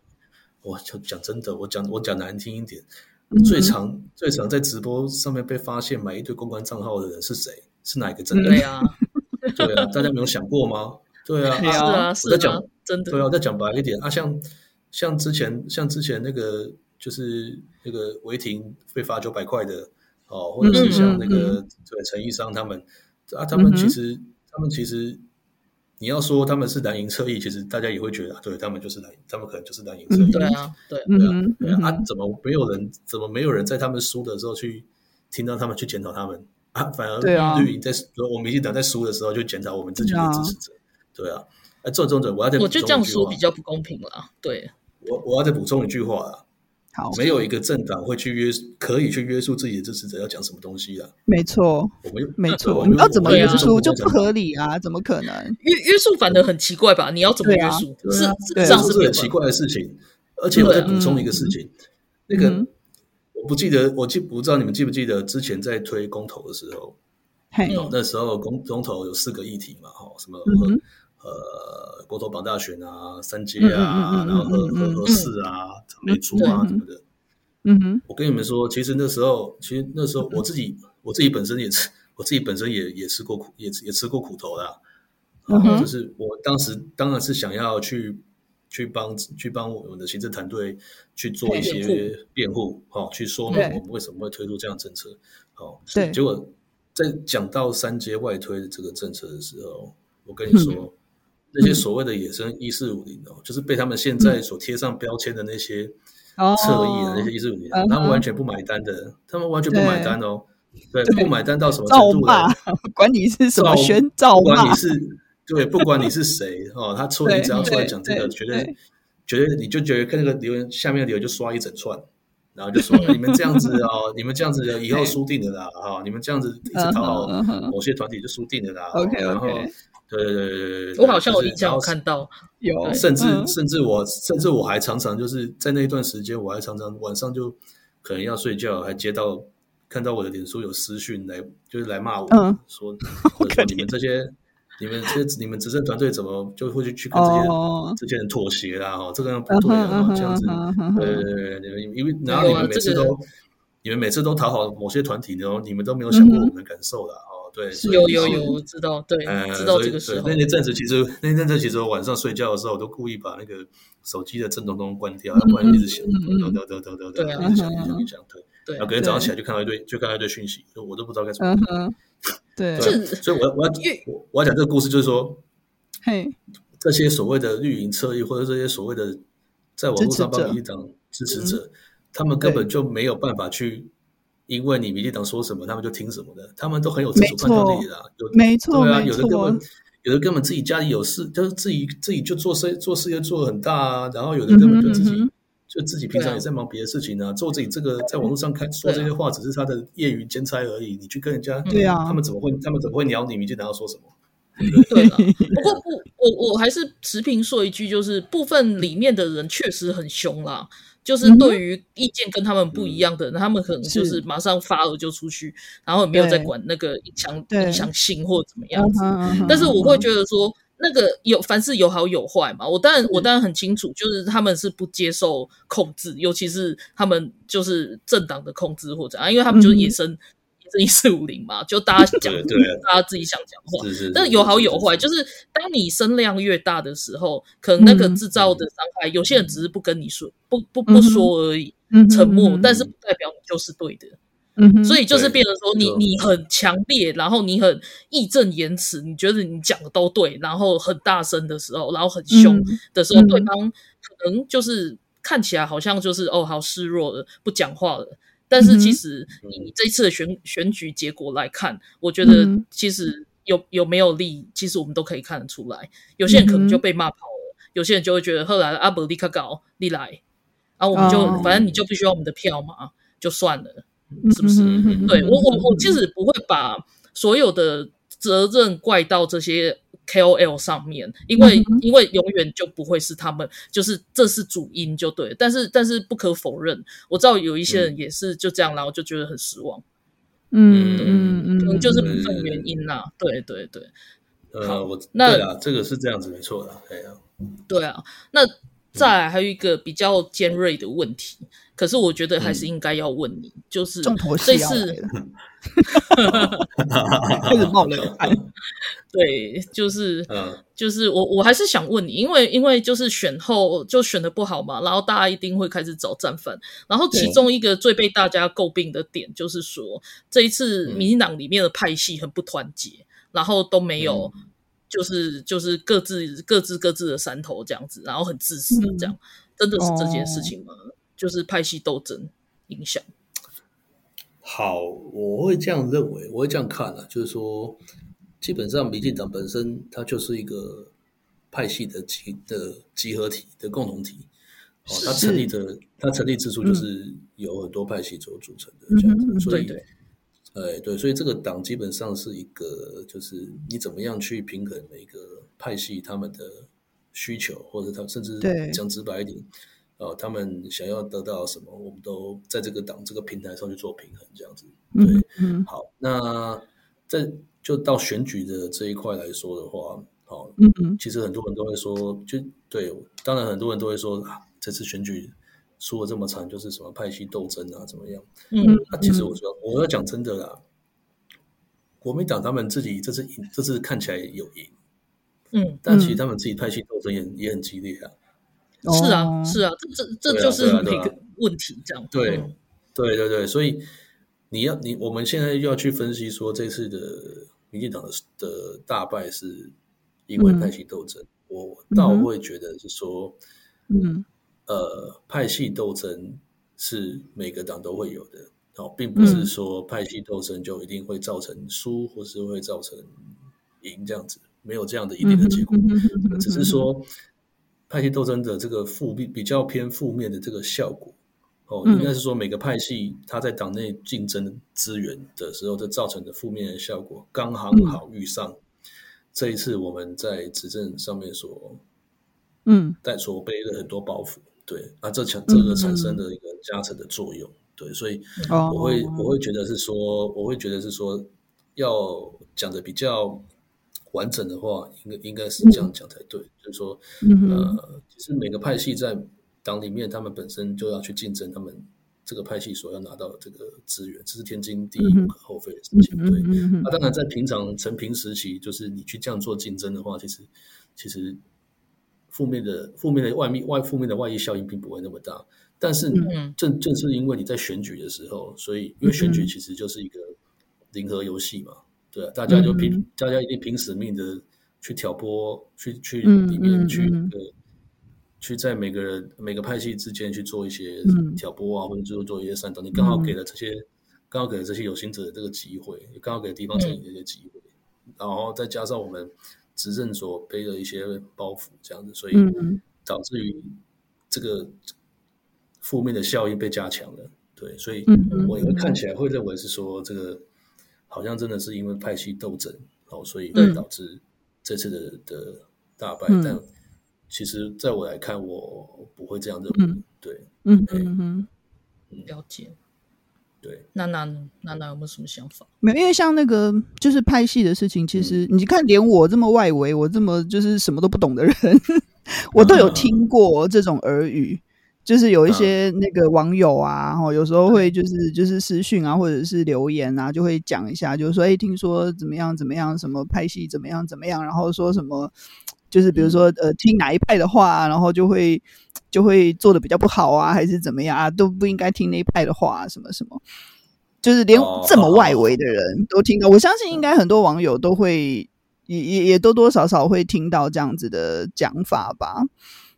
S3: 我就讲真的，我讲我讲难听一点，
S1: 嗯
S3: 最常最常在直播上面被发现买一堆公关账号的人是谁？是哪一个真的
S1: 对？啊，
S3: 对啊，大家没有想过吗？ 对啊，
S1: 是啊，是
S3: 我在
S1: 啊
S3: 讲，
S1: 真的
S3: 对啊，我再讲白一点啊，像像之前像之前那个就是那个违停被罚九百块的哦，或者是像那个、对陈义商他们啊，他们其实、他们其实你要说他们是蓝营侧翼，其实大家也会觉得、啊、对他们就是蓝，他们可能就是蓝营侧翼，
S1: 对啊，对啊，
S2: 嗯
S3: 对啊
S2: 哼，
S3: 对啊
S2: 嗯
S3: 啊
S2: 哼，
S3: 怎么没有人怎么没有人在他们输的时候去听到他们去检讨他们啊？反而
S2: 对啊
S3: 绿营在我们民进党在输的时候就检讨我们自己的支持者，对啊。啊， 这种种，我要再
S1: 我
S3: 补
S1: 觉
S3: 充
S1: 得这样
S3: 一句
S1: 说
S3: 话
S1: 比较不公平了。对，
S3: 我我要再补充一句话啊，
S2: 好，
S3: 没有一个政党会去约可以去约束自己的支持者要讲什么东西啊。
S2: 没错，
S3: 我们又
S2: 没
S3: 对
S2: 错，
S3: 呃我
S2: 我们
S3: 们
S2: 要怎么
S1: 对
S2: 约
S1: 啊
S2: 束就不合理啊？怎么可能？
S1: 约约束反而很奇怪吧？你要怎么
S2: 对
S1: 约
S2: 啊
S1: 束？
S3: 对
S1: 是
S3: 啊
S1: 事
S2: 对
S1: 实
S3: 这
S1: 上
S3: 是
S1: 没
S3: 很
S1: 有
S3: 奇
S1: 办法
S3: 怪的事情。而且我再补充一个事情，那个
S2: 嗯
S3: 我不记得，我记不知道你们记不记得之前在推公投的时候，哦
S2: 嘿，
S1: 嗯
S3: 那时候公公投有四个议题嘛，哈，什么
S2: 嗯
S3: 和、
S2: 哼
S3: 呃国投榜大选啊、三阶
S2: 嗯
S3: 啊，
S2: 嗯嗯嗯
S3: 然后和
S2: 嗯嗯
S3: 和和四啊、美珠啊什么的。
S2: 嗯哼，
S3: 我跟你们说，其实那时候，其实那时候我自己，我自己本身也吃， 我自己本身也也吃过苦，也也吃过苦头啦。啊
S2: 嗯哼
S3: 就是我当时当然是想要去去帮去帮我们的行政团队去做一
S1: 辩
S3: 些辩护，哦，去说明
S2: 对
S3: 我们为什么会推出这样的政策，哦，
S2: 对
S3: 结果在讲到三阶外推的这个政策的时候，我跟你说。
S2: 嗯
S3: 那些所谓的野生一四五零哦，就是被他们
S2: 嗯
S3: 现在所贴上标签的那些
S2: 哦
S3: 侧翼啊，那些一四五零，
S2: 嗯哼
S3: 他们完全不买单的，他们完全不买单 哦，对，不买单到什么
S2: 造
S3: 程度
S2: 骂
S3: 呢？，
S2: 管你是什么
S3: 造
S2: 宣造
S3: 不管
S2: 骂
S3: 你，是对，不管你是 谁哦，他出
S2: 对
S3: 你只要出来
S2: 对
S3: 讲这个，
S2: 对
S3: 绝对
S2: 对
S3: 绝对你就觉得看那个留言下面的留言就刷一整串，然后就 说你们这样子哦，你们这样子以后输定的啦，哈，你们这样子一直讨好
S2: 嗯哼嗯哼
S3: 某些团体就输定的啦。哦
S2: OK，OK
S3: 然后对对对对对对，
S1: 我好像有
S3: 就是
S1: 印象
S3: 然
S1: 有
S3: 后
S1: 看到，
S2: 有
S3: 哦甚至
S2: 嗯
S3: 甚至我甚至我还常常就是在那一段时间，我还常常晚上就可能要睡觉，还接到看到我的脸书有私讯来，就是来骂我，
S2: 嗯
S3: 说
S2: 可
S3: 或者说你
S2: 怜
S3: 们这些你们这些你们执政团队怎么就会去去跟这些、
S2: 哦，
S3: 这些人妥协啦？哦，这个样不
S2: 嗯
S3: 对
S2: 哼
S3: 啊，
S2: 嗯
S3: 这样
S2: 哼
S3: 子，
S2: 嗯哼，
S3: 对对对对，你们因为然
S1: 没
S3: 后
S1: 有
S3: 你
S1: 啊
S3: 们每次
S1: 这个
S3: 都、你们每次都讨好某些团体，然后你们都
S2: 嗯
S3: 没有想过我们的感受啦。哦，对，所以
S1: 有
S3: 就
S1: 有
S3: 是
S1: 有，我知道，对
S3: 呃，，
S1: 知道
S3: 所以
S1: 这个时候
S3: 对，那一阵子其实那一阵子其实我晚上睡觉的时候，我都故意把那个手机的震动灯关掉，不然一直响，
S1: 嗯
S3: 等等等等等等，
S1: 对啊
S3: 一直响一直响一直响，对。
S1: 对啊
S3: 然后隔天早上起来就看到一堆，就看到一堆讯息，我都不知道该怎么
S2: 嗯
S3: 办。
S2: 哼，对，
S3: 对啊，所以我要我要
S1: 因为
S3: 我我要讲这个故事，就是说
S2: 嘿，
S3: 这些所谓的绿营侧翼，或者这些所谓的在网络上帮
S2: 支持者
S3: 民进党支持
S1: 嗯
S3: 者，他们根本就没有办法去。因为你民进党说什么，他们就听什么的，他们都很有自主判断力的啊。有
S2: 没错，
S3: 对啊，
S2: 没
S3: 有的根本
S2: 错，
S3: 有的根本自己家里有事，就是自己自己就做生做事业做得很大啊，然后有的根本就自己、
S2: 嗯哼嗯
S3: 就自己平常也在忙别的事情啊，做自己这个在网络上看说这些话只是他的业余兼差而已，你去跟人家
S2: 啊对啊
S3: 他们怎么会他们怎么会鸟你？你就拿到说什么？
S1: 对
S2: 嗯
S1: 了，不过不，我我还是持平说一句，就是部分里面的人确实很凶啦，就是对于意见跟他们不一样的人，
S3: 嗯
S1: 他们可能就是
S2: 嗯是
S1: 马上发了就出去，然后也没有
S2: 对
S1: 再管那个影响
S2: 对
S1: 影响性或怎么样
S2: 嗯
S1: 子。
S2: 哼，
S1: 但是我会觉得说，那个有凡事有好有坏嘛，我当然我当然很清楚，就是他们是不接受控制，尤其是他们就是政党的控制或怎样，因为他们就是野生、野生一四五零嘛，就大家讲
S3: 对对啊，
S1: 大家自己想讲话。
S3: 是是，
S1: 但
S3: 是
S1: 有好有坏，就是当你声量越大的时候，可能那个
S2: 嗯
S1: 制造的伤害，有些人只是不跟你说，不不不说而已，
S2: 嗯
S1: 沉默，但
S2: 是
S1: 是不代表你就是对的。
S2: 以
S1: 所以就是
S3: 对
S1: 变成说你
S3: 就
S1: 你很强烈，然后你很义正言辞，你觉得你讲的都对，然后很大声的时候，然后很凶的时候，
S2: 嗯
S1: 对方可能就是看起来好像就是哦好示弱了，不讲话了。但是其
S2: 嗯哼
S1: 实以这一次的选选举结果来看，我觉得
S2: 嗯
S1: 其实有有没有利，其实我们都可以看得出来。有些人可能就
S2: 嗯哼
S1: 被骂跑了，有些人就会觉得后来阿伯立刻搞你来，啊，我们就、
S2: 哦
S1: 反正你就不需要我们的票嘛，就算了。是不是
S2: 嗯
S1: 对我我我其实不会把所有的责任怪到这些 KOL 上面，因为、
S2: 嗯哼
S1: 因为永远就不会是他们，就是这是主因就对了。但是但是不可否认，我知道有一些人也是就这样，然后就觉得很失望，
S2: 嗯嗯嗯，
S1: 可能就是部
S3: 对
S1: 分
S3: 对对
S1: 原因啦、对对对
S3: 呃，我
S1: 那
S3: 对啊，这个是这样子没错的，哎呀，
S1: 对啊，那。再来还有一个比较尖锐的问题，可是我觉得还是应该要问你，就是
S2: 嗯重头戏
S1: 这
S2: 啊要来
S1: 次
S2: 了， 开始冒冷汗。
S1: 对，就是
S3: 嗯，
S1: 就是我我还是想问你，因为因为就是选后就选的不好嘛，然后大家一定会开始找战犯，然后其
S3: 对
S1: 中一个最被大家诟病的点就是说，这一次民进党里面的派系很不团结，然后都没有。就是就是各自各自各自的山头这样子，然后很自私这样，真的是这件事情吗？就是派系斗争影响。
S3: 好，我会这样认为，我会这样看啊，就是说，基本上民进党本身它就是一个派系的集的集合体的共同体，哦，它成立的它成立之初就是由很多派系所组成的这样
S2: 嗯嗯哼
S3: 子，所
S1: 对
S3: 以，
S1: 对
S3: 哎对，所以这个党基本上是一个，就是你怎么样去平衡每个派系他们的需求，或者他甚至
S2: 对
S3: 讲直白一点，哦，他们想要得到什么，我们都在这个党这个平台上去做平衡，这样子。对，
S2: 嗯
S3: 好，那在就到选举的这一块来说的话，好、
S2: 嗯嗯
S3: 其实很多人都会说，就对，当然很多人都会说啊，这次选举输的这么惨，就是什么派系斗争啊，怎么样？
S1: 嗯，
S3: 那其实我说，我要讲真的啦，国民党他们自己这次赢，这次看起来有赢，
S1: 嗯，
S3: 但其实他们自己派系斗争也也很激烈啊。
S1: 是啊
S2: 哦
S1: 是啊，这这这
S3: 对啊
S1: 就是
S3: 对啊
S1: 每
S3: 对啊
S1: 个问题这样。
S3: 对
S1: 嗯
S3: 对对对，所以你要你我们现在要去分析说这次的民进党的的大败是因
S1: 嗯
S3: 为派系斗争，我倒
S2: 嗯哼
S3: 会觉得是说，
S2: 嗯
S3: 呃，派系斗争是每个党都会有的，哦，并不是
S2: 嗯
S3: 说派系斗争就一定会造成输或是会造成赢这样子，没有这样的一定的结
S2: 嗯
S3: 果。呃只是说派系斗争的这个负面比较偏负面的这个效果哦，
S2: 嗯
S3: 应该是说每个派系它在党内竞争资源的时候，这造成的负面的效果刚行
S2: 嗯
S3: 好遇上、这一次我们在执政上面所
S2: 嗯
S3: 带所背的很多包袱，对啊，这产这个产生的一个加成的作用，对，所以
S2: 哦，
S3: 我会我会觉得是说，我会觉得是说，要讲的比较完整的话，应该应该是这样讲才对。就是说，
S2: 嗯
S3: 呃，其实每个派系在党里面，他们本身就要去竞争他们这个派系所要拿到的这个资源，这是天经地义、无可厚非的事情。对，
S2: 嗯
S3: 那、当然在平常成平时期，就是你去这样做竞争的话，其实其实负面的负面的外面外负面的外溢效应并不会那么大。但是
S1: 嗯
S3: 正正是因为你在选举的时候，所以因为
S2: 嗯
S3: 选举其实就是一个零和游戏嘛，对啊，大家就
S2: 嗯
S3: 拼，大家一定拼死命的去挑拨，去去
S2: 嗯
S3: 里面
S2: 嗯
S3: 去、
S2: 嗯
S3: 呃去在每个人每个派系之间去做一些
S2: 嗯
S3: 挑拨啊，或者做做一些煽动，你刚好给了这些。刚好给了这些有心者这个机会，也刚好给
S2: 嗯
S3: 地方政府这些机会，然后再加上我们执政所背的一些包袱，这样子，所以
S2: 嗯
S3: 导致于这个负面的效应被加强了。对，所以
S2: 嗯
S3: 我也会看起来会认为是说，这个好像真的是因为派系斗争，哦，所以会
S2: 嗯
S3: 导致这次的的大败。
S2: 嗯
S3: 但其实在我来看，我不会这样认为。
S2: 嗯
S3: 对
S2: 嗯嗯
S1: 了解。
S3: 对，
S1: 娜娜呢？娜娜有没有什么想法？
S2: 没有，因为像那个就是拍戏的事情，其实你看，连我这么外围，我这么就是什么都不懂的人， 我都有听过这种耳语，就是有一些那个网友啊，然后有时候会就是就是私讯啊，或者是留言啊，就会讲一下，就是说哎，听说怎么样怎么样，什么拍戏怎么样怎么样，然后说什么。就是比如说，呃，听哪一派的话，啊然后就会就会做的比较不好啊，还是怎么样啊，都不应该听那一派的话、啊什么什么。就是连
S3: 哦
S2: 这么外围的人都听到，我相信应该很多网友都会也也也多多少少会听到这样子的讲法吧。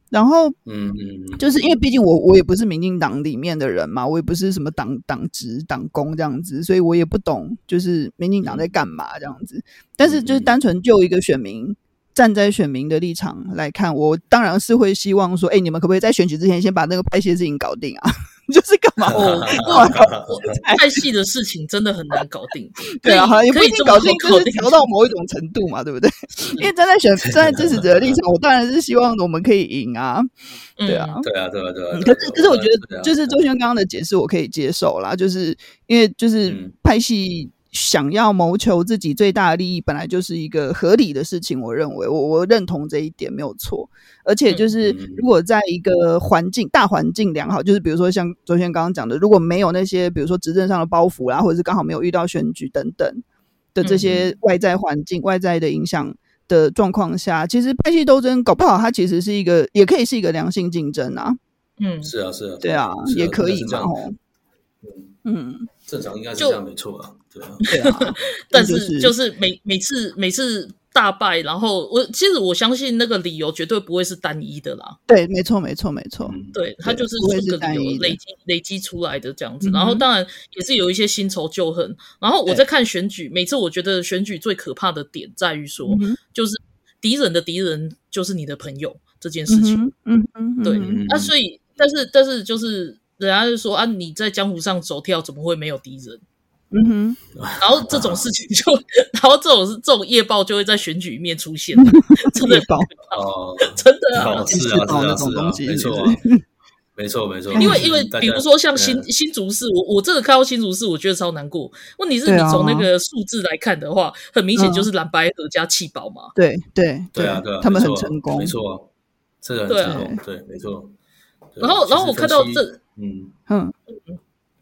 S2: 然后
S3: 嗯嗯，嗯
S2: 就是因为毕竟我我也不是民进党里面的人嘛，我也不是什么党党职党工这样子，所以我也不懂就是民进党在干嘛这样子。但是
S3: 嗯
S2: 就是单纯就一个选民站在选民的立场来看，我当然是会希望说，哎、你们可不可以在选举之前先把那个拍戏的事情搞定啊？ 就是干 嘛
S1: 哦
S2: 我干嘛搞
S1: 拍戏的事情真的很难搞定，
S2: 对
S1: 可
S2: 啊，
S1: 以
S2: 好像也不
S1: 可
S2: 一
S1: 以
S2: 定
S1: 这
S2: 搞
S1: 么
S2: 定
S1: 说，
S2: 就
S1: 搞
S2: 是
S1: 定
S2: 调到某一种程度嘛，对不对？ 因为站在选站在支持者的立场，我当然是希望我们可以赢啊，对啊。
S1: 嗯
S3: 对啊对啊对啊。
S2: 嗯
S3: 对啊
S2: 可是，可是我觉
S3: 对
S2: 得，
S3: 啊
S2: 就是周
S3: 对啊
S2: 轩刚刚的解释，我可以接受啦。就是因为就是
S3: 嗯
S2: 拍戏想要谋求自己最大的利益，本来就是一个合理的事情。我认为，我我认同这一点没有错。而且就是
S3: 嗯嗯，
S2: 如果在一个环境大环境良好，就是比如说像周轩刚刚讲的，如果没有那些比如说执政上的包袱啦，或者是刚好没有遇到选举等等的
S3: 嗯
S2: 这些外在环境、外在的影响，的状况下，其实派系斗争搞不好，它其实是一个，也可以是一个良性竞争啊。
S1: 嗯，
S3: 是啊是啊，
S2: 对啊，
S3: 是
S2: 也可以
S3: 应该是这
S2: 嘛，
S3: 样
S2: 哦，嗯，
S3: 正常应该是
S1: 就
S3: 这样没错啊，对啊，
S2: 对啊，
S1: 但
S2: 就是
S1: 就是每每次每次大败，然后我其实我相信那个理由绝对不会是单一的啦，
S2: 对，没错，没错，没错，
S3: 嗯
S1: 对他
S2: 对
S1: 就是
S2: 不会
S1: 这
S2: 是
S1: 个
S2: 单
S1: 理
S2: 一
S1: 由
S2: 的
S1: 累积累积出来的这样子，
S2: 嗯哼
S1: 然后当然也是有一些新仇旧恨。然后我在看选举，每次我觉得选举最可怕的点在于说，
S2: 嗯哼
S1: 就是敌人的敌人就是你的朋友这件事
S2: 嗯
S1: 情。
S2: 哼，嗯哼，
S1: 对
S2: 嗯哼
S1: 那、所以，但是但是就是人家就说啊，你在江湖上走跳，怎么会没有敌人？
S2: 嗯哼，
S1: 然后这种事情就， 然后这种是这种夜报就会在选举里面出现，真的
S2: 夜报
S3: 哦，
S1: 真的啊
S3: 哦，是啊，
S2: 电视报
S3: 是
S2: 那
S3: 啊，
S2: 种
S3: 是啊
S2: 东，西
S3: 没
S2: 是不
S3: 错
S2: 是
S3: 啊， 没错，没错。
S1: 因
S3: 就
S1: 为
S3: 是
S1: 因为
S3: 大家
S1: 比如说像新
S3: 嗯
S1: 新竹市，我我真的看到新竹市，我觉得超难过。问题是
S2: 对
S1: 你
S2: 啊
S1: 从那个数字来看的话，很明显
S2: 嗯
S1: 就是蓝白河加气宝嘛。
S2: 对对
S3: 对啊，对啊，
S2: 他们
S3: 没错
S2: 很
S3: 啊
S2: 成功
S3: 没，错啊，这个很
S1: 对
S3: 成
S1: 啊
S3: 功，对，没错。对
S1: 然后
S3: 其实
S1: 然后我
S3: 分
S1: 看到
S3: 析
S1: 这，
S3: 嗯，
S2: 嗯，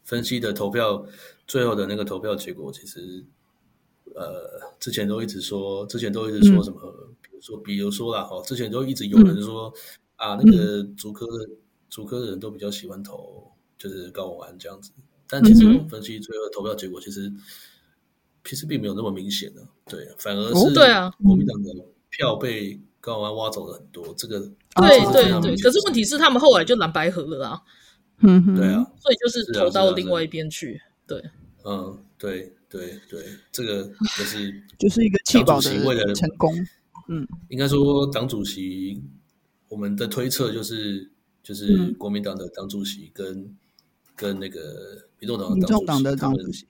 S3: 分析的投票最后的那个投票结果，其实呃，之前都一直说，之前都一
S1: 嗯
S3: 直说什么，比如说，比如说啦，哦，之前都一直有人说、啊，
S1: 嗯
S3: 那个竹科的竹科的人都比较喜欢投就是高文安这样子，但其实
S1: 嗯哼
S3: 我分析最后的投票结果，其实其实并没有那么明显的、对，反而
S2: 哦
S3: 是
S1: 对啊
S3: 国民党的票被高文安挖走了很多，这个
S1: 对
S2: 哦
S1: 对
S3: 这个
S1: 对。可是问题是他们后来就蓝白河了啊，
S2: 嗯哼，
S3: 对啊，，
S1: 所以就是
S3: 是啊
S1: 投
S3: 是啊是
S1: 到
S3: 啊
S1: 另外一边去。对，
S3: 嗯，对对对，这个就是
S2: 就是一个气保
S3: 党主席为
S2: 的
S3: 了
S2: 成功，
S3: 应该说党主席，我们的推测就是
S2: 嗯
S3: 就是国民党的党主席跟、跟那个民众党
S2: 民
S3: 的
S2: 众党的
S3: 他
S2: 党
S3: 们
S2: 主席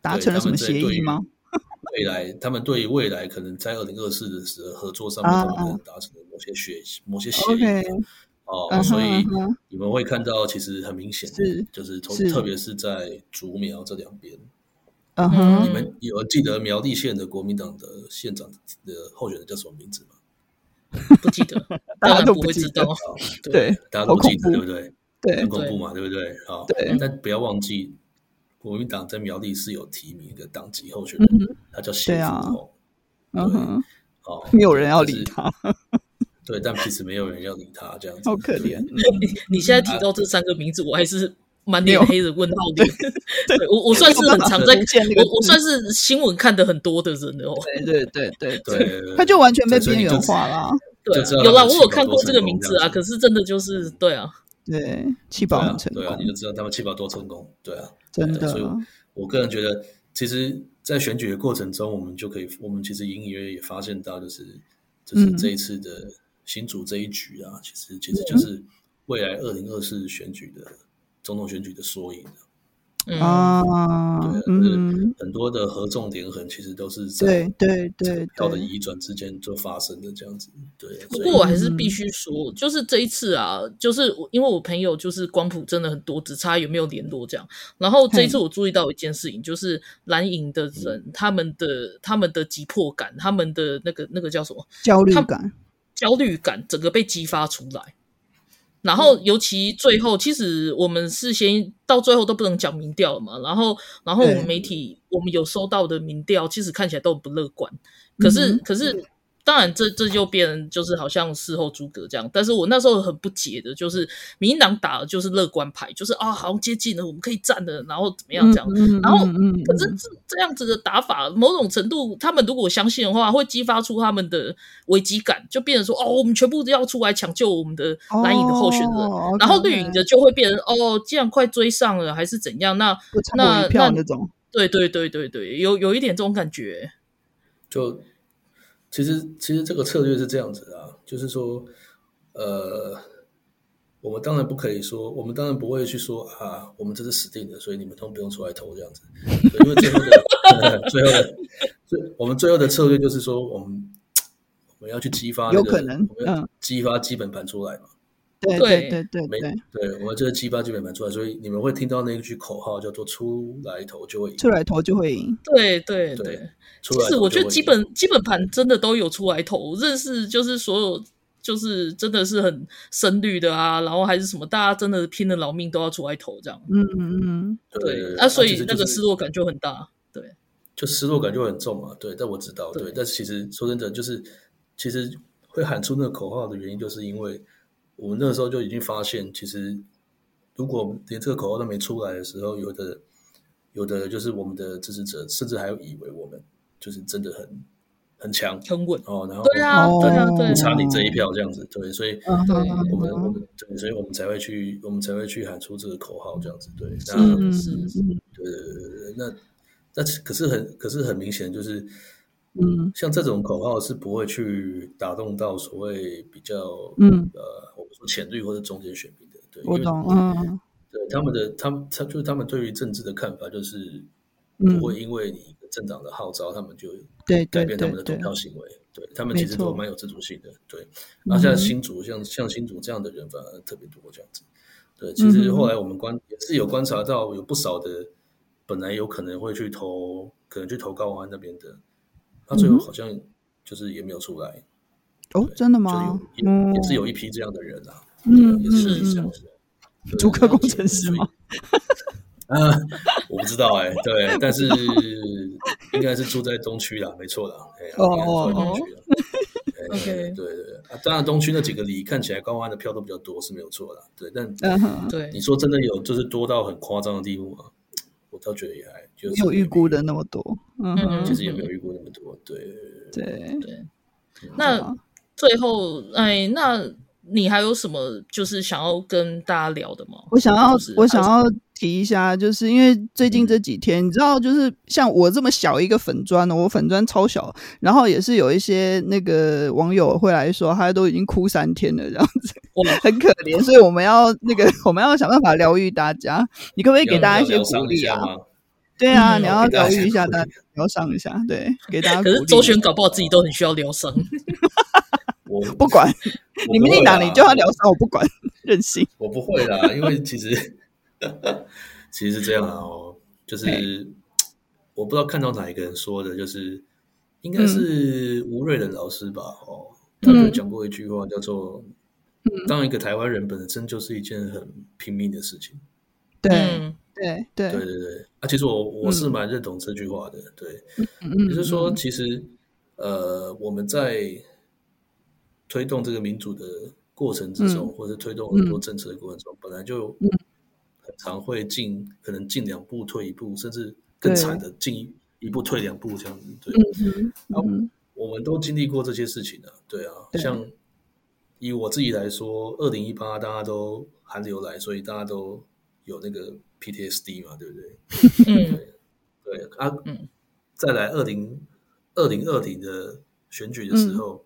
S2: 达成了什么协议吗？？
S3: 对他们在对于未来，他们对于未来可能在二零二四的时候合作上面，
S2: 啊
S3: 他们可能达成了某些协某些协议
S2: OK
S3: 哦
S2: 嗯哼
S3: 所以
S2: 嗯哼
S3: 你们会看到，其实很明显，
S2: 是
S3: 就是从
S2: 是
S3: 特别是在竹苗这两边，
S2: 嗯哼，
S3: 你们有记得苗栗县的国民党的县长的候选人叫什么名字吗？
S1: 不记得，
S2: 大家
S1: 当然
S2: 都
S1: 不
S2: 不
S1: 会
S2: 记
S1: 知
S2: 得
S1: 道。
S3: 啊
S2: 对，
S3: 大家都
S2: 好恐
S3: 记得，
S2: 怖
S3: 对不对？
S2: 对
S3: 很，恐怖嘛，对不对？好，
S2: 对
S3: 但不要忘记，国民党在苗栗是有提名一个党籍候选人，他叫谢
S2: 嗯对啊
S3: 福宏。
S2: 嗯哼，
S3: 哦，
S2: 没有人要理
S3: 但是。
S2: 他，
S3: 对，但平时没有人要理他，这样子
S2: 好可怜。
S3: 对
S2: 嗯
S1: 你现在提到这三个名字，我还是满脸黑的问号脸。
S2: 对
S1: 对我我算是很常在
S2: 没有办法呈现那个
S1: 我
S2: 字
S1: 我算是新闻看的很多的人了哦。
S2: 对对对对
S3: 对对对
S2: 他就完全被
S3: 对所以
S2: 边
S3: 你就
S2: 缘
S3: 知
S2: 化啦。
S1: 对
S3: 就
S1: 啊
S3: 知道，
S1: 有啦，
S3: 他
S1: 我
S3: 们
S1: 有
S3: 气
S1: 看
S3: 保
S1: 过
S3: 多
S1: 这个
S3: 成
S1: 名
S3: 功
S1: 字
S3: 这
S1: 啊，
S3: 样子
S1: 可是真的就是对啊，
S2: 对，气
S3: 对
S2: 保
S3: 啊
S2: 很，成
S3: 对啊，
S2: 功
S3: 你，就知道他们气保多成功。对啊，
S2: 真
S3: 对啊
S2: 的
S3: 所以。我个人觉得，其实，在选举的过程中，我们就可以，我们其实隐隐约约也发现到，就是就是
S2: 嗯
S3: 这一次的新竹这一局啊，其实其实就是未来二零二四选举的总统选举的缩影啊。
S1: 嗯
S2: 啊
S3: 对，，就是
S2: 嗯，
S3: 很多的合纵连横其实都是在
S2: 对对对
S3: 票的
S2: 对，
S3: 移转之间就发生的这样子。对，啊
S1: 不
S3: 所以
S1: 过我还是必须说，就是这一次啊，就是我因为我朋友就是光谱真的很多，只差有没有联络这样。然后这一次我注意到一件事情，就是蓝营的人他们的他们的急迫感，他们的那个那个叫什么
S2: 焦虑
S1: 他们
S2: 感，
S1: 焦虑感，整个被激发出来。然后，
S2: 嗯
S1: 尤其最后，其实我们事先到最后都不能讲民调了嘛。然后，然后我们
S2: 对
S1: 媒体我们有收到的民调，其实看起来都很不乐观。可是，
S2: 嗯
S1: 可是，当然这这就变成就是好像事后诸葛这样。但是我那时候很不解的就是，民进党打的就是乐观牌，就是啊，好像接近了，我们可以站了，然后怎么样这样。
S2: 嗯
S1: 然后
S2: 嗯嗯
S1: 可是
S2: 嗯
S1: 这这样子的打法，某种程度，他们如果相信的话，会激发出他们的危机感，就变成说，哦，我们全部都要出来抢救我们的蓝营的候选人，
S2: 哦
S1: 然后
S2: OK，OK
S1: 绿营的就会变成，哦，既然快追上了，还是怎样？那
S2: 不差
S1: 那
S2: 我一票
S1: 那
S2: 那种，
S1: 对对对对对，有有一点这种感觉，
S3: 就其实其实这个策略是这样子的啊，就是说，呃，我们当然不可以说，我们当然不会去说啊，我们这是死定了，所以你们都不用出来投这样子，对因为最后的 最后的最我们最后的策略就是说，我们我们要去激发、那个，
S2: 有可能
S3: 我们要
S2: 嗯
S3: 激发基本盘出来嘛。
S2: 对
S1: 对
S2: 对对
S3: 没
S2: 对，
S3: 对，我们这个激发基本盘出来，所以你们会听到那一句口号叫做“出来投就会赢
S2: 出来投就会赢，
S1: 对对
S3: 对
S1: 对。”。
S3: 出
S1: 其
S3: 来
S1: 实
S3: 投
S1: 我
S3: 就
S1: 觉
S3: 会
S1: 得基
S3: 赢
S1: 本基本盘真的都有出来投，认识就是所有就是真的是很深绿的啊，然后还是什么，大家真的拼了老命都要出来投这样。
S2: 嗯嗯
S3: 对
S1: 啊，所
S3: 其
S1: 以
S3: 实就
S1: 那个
S3: 是
S1: 失落感就很大。对，
S3: 就失落感就很重嘛。对，但我知道，对，
S1: 对
S3: 但是其实说真的，就是其实会喊出那个口号的原因，就是因为我们那个时候就已经发现，其实如果连这个口号都没出来的时候，有的有的就是我们的支持者，甚至还以为我们就是真的很很强
S1: 很稳。
S3: 哦，然后
S1: 对啊，
S2: 哦
S1: 对啊，对啊
S3: 不差你这一票这样子，对，所以。
S2: 嗯
S1: 对
S2: 嗯
S3: 我们我们对，所以我们才会去，我们才会去喊出这个口号，这样子对。那
S2: 嗯
S1: 是是
S3: 呃，那那其可是很可是很明显，就是
S2: 嗯
S3: 像这种口号是不会去打动到所谓比较
S2: 嗯，
S3: 呃，我们说浅绿或者中间选民的，对，
S2: 我
S3: 因为
S2: 懂，嗯
S3: 对他们的他们他就是他们对于政治的看法就是
S2: 嗯
S3: 不会因为你一个政党的号召，他们就
S2: 对
S3: 改
S2: 对
S3: 变他
S2: 对
S3: 们的投
S2: 对，
S3: 票行为。对他们
S2: 没
S3: 其实都
S2: 错嗯
S3: 蛮有自主性的，对。然后像新竹，像像新竹这样的人反而特别多，这样子。对，其实
S2: 嗯哼
S3: 后来我们观也是有观察到，有不少的本来有可能会去投，可能去投高安那边的，他
S2: 嗯
S3: 最后好像就是也没有出来，
S2: 哦，真的
S3: 就
S2: 吗
S3: 有？也、
S2: 嗯
S3: 也是有一批这样的人啊，
S2: 嗯
S3: 对也是有一批
S2: 嗯
S3: 这样的人。对
S2: 逐客工程师吗？
S3: 啊，我不知道哎、对，但是应该是住在东区啦，没错啦，哎呀，
S2: 哦
S3: 应该是住在东区啦。哎
S1: OK
S3: 对对对，啊，当然东区那几个里看起来高安的票都比较多是没有错啦，对，但
S2: 嗯哼，
S1: 对啊
S3: 你，说真的有就是多到很夸张的地步吗？我倒觉得也还就
S2: 没
S3: 是
S2: 有预估的那么多，嗯哼，
S3: 其实也没有预估那么多，对，
S2: 对，哦
S1: 那最后，哎，那你还有什么就是想要跟大家聊的吗？
S2: 我想要
S1: 就是，
S2: 我想要提一下，就是因为最近这几天，你知道，就是像我这么小一个粉砖哦呢，我粉砖超小，然后也是有一些那个网友会来说，他都已经哭三天了，这样子
S1: 哇
S2: 很可怜，所以我们要那个，我们要想办法疗愈大家。你可不可以给大家一些
S3: 要
S2: 鼓励
S3: 疗
S2: 啊
S3: 伤？下吗
S2: 对啊，
S1: 嗯
S2: 你要
S3: 给大
S2: 疗
S3: 家
S2: 愈一下
S3: 鼓励
S2: 大家，疗伤一下，对，给大家鼓
S1: 可
S2: 励。
S1: 是周旋搞不好自己都很需要疗伤。
S3: 我
S2: 不管
S3: 我
S2: 你
S3: 不
S2: 们
S3: 会啊
S2: 进
S3: 啦
S2: 党，你就要疗伤，我不管， 任性。
S3: 我不会啦，因为其实其实是这样啊、哦，就是
S2: 嘿
S3: 我不知道看到哪一个人说的，就是应
S2: 嗯
S3: 该是吴瑞仁老师吧，哦，他就讲过一句话叫做
S2: 嗯
S3: “当一个台湾人本身就是一件很拼命的事情”。
S2: 对
S1: 嗯，
S2: 对对
S3: 对，对对，啊，其实我我是蛮认同这句话的，对，
S2: 嗯
S3: 也就是说，其实呃，我们在推动这个民主的过程之
S2: 嗯
S3: 中，或者推动很多政策的过程中，本来就很常会进，可能进两步退一步，甚至更惨的进一一步退两步这样子。对，
S1: 嗯
S3: 然后我们都经历过这些事情啊，对啊，
S2: 对
S3: 像以我自己来说，二零一八大家都寒流来，所以大家都有那个 PTSD 嘛，对不对？
S1: 嗯，
S3: 对啊，
S1: 嗯
S3: 再来二零二零二零的选举的
S1: 嗯
S3: 时候，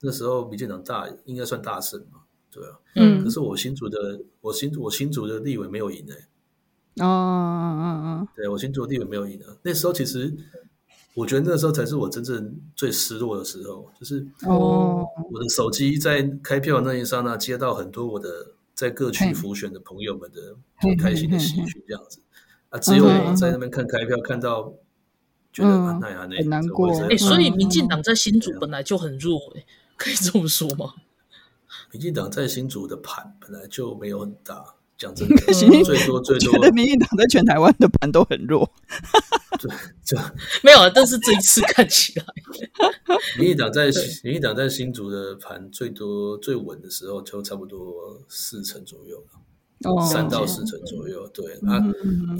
S3: 那时候民进党大应该算大胜嘛，对啊。
S1: 嗯
S3: 可是我新竹的我新我新竹的立委没有赢哎、
S2: 哦哦哦
S3: 对我新竹地也没有赢啊。那时候其实，我觉得那时候才是我真正最失落的时候，就是
S2: 哦哦，
S3: 我的手机在开票的那一刹那，接到很多我的在各区
S2: 嘿
S3: 浮选的朋友们的
S2: 嘿
S3: 很开心的
S2: 嘿嘿
S3: 喜
S2: 嘿
S3: 讯，这样子。啊，只有
S2: 嗯
S3: 我
S2: 哼
S3: 在那边看开票，看到觉得
S2: 嗯
S3: 啊，那呀那
S2: 很难过
S3: 哎、
S1: 哎、
S2: 嗯
S1: 所以
S2: 嗯
S1: 民进党在新竹本来就很弱、哎，可以这么说吗？
S3: 民进党在新竹的盘本来就没有很大，讲真的，
S2: 新
S3: 最多最
S2: 觉
S3: 多
S2: 得民进党在全台湾的盘都很弱，
S3: 就
S1: 没有啊，但是这一次看起来，
S3: 民进党在民进党在新竹的盘最多最稳的时候，就差不多四成左右了，
S2: 哦嗯
S3: 三到四成左右。对，那、啊、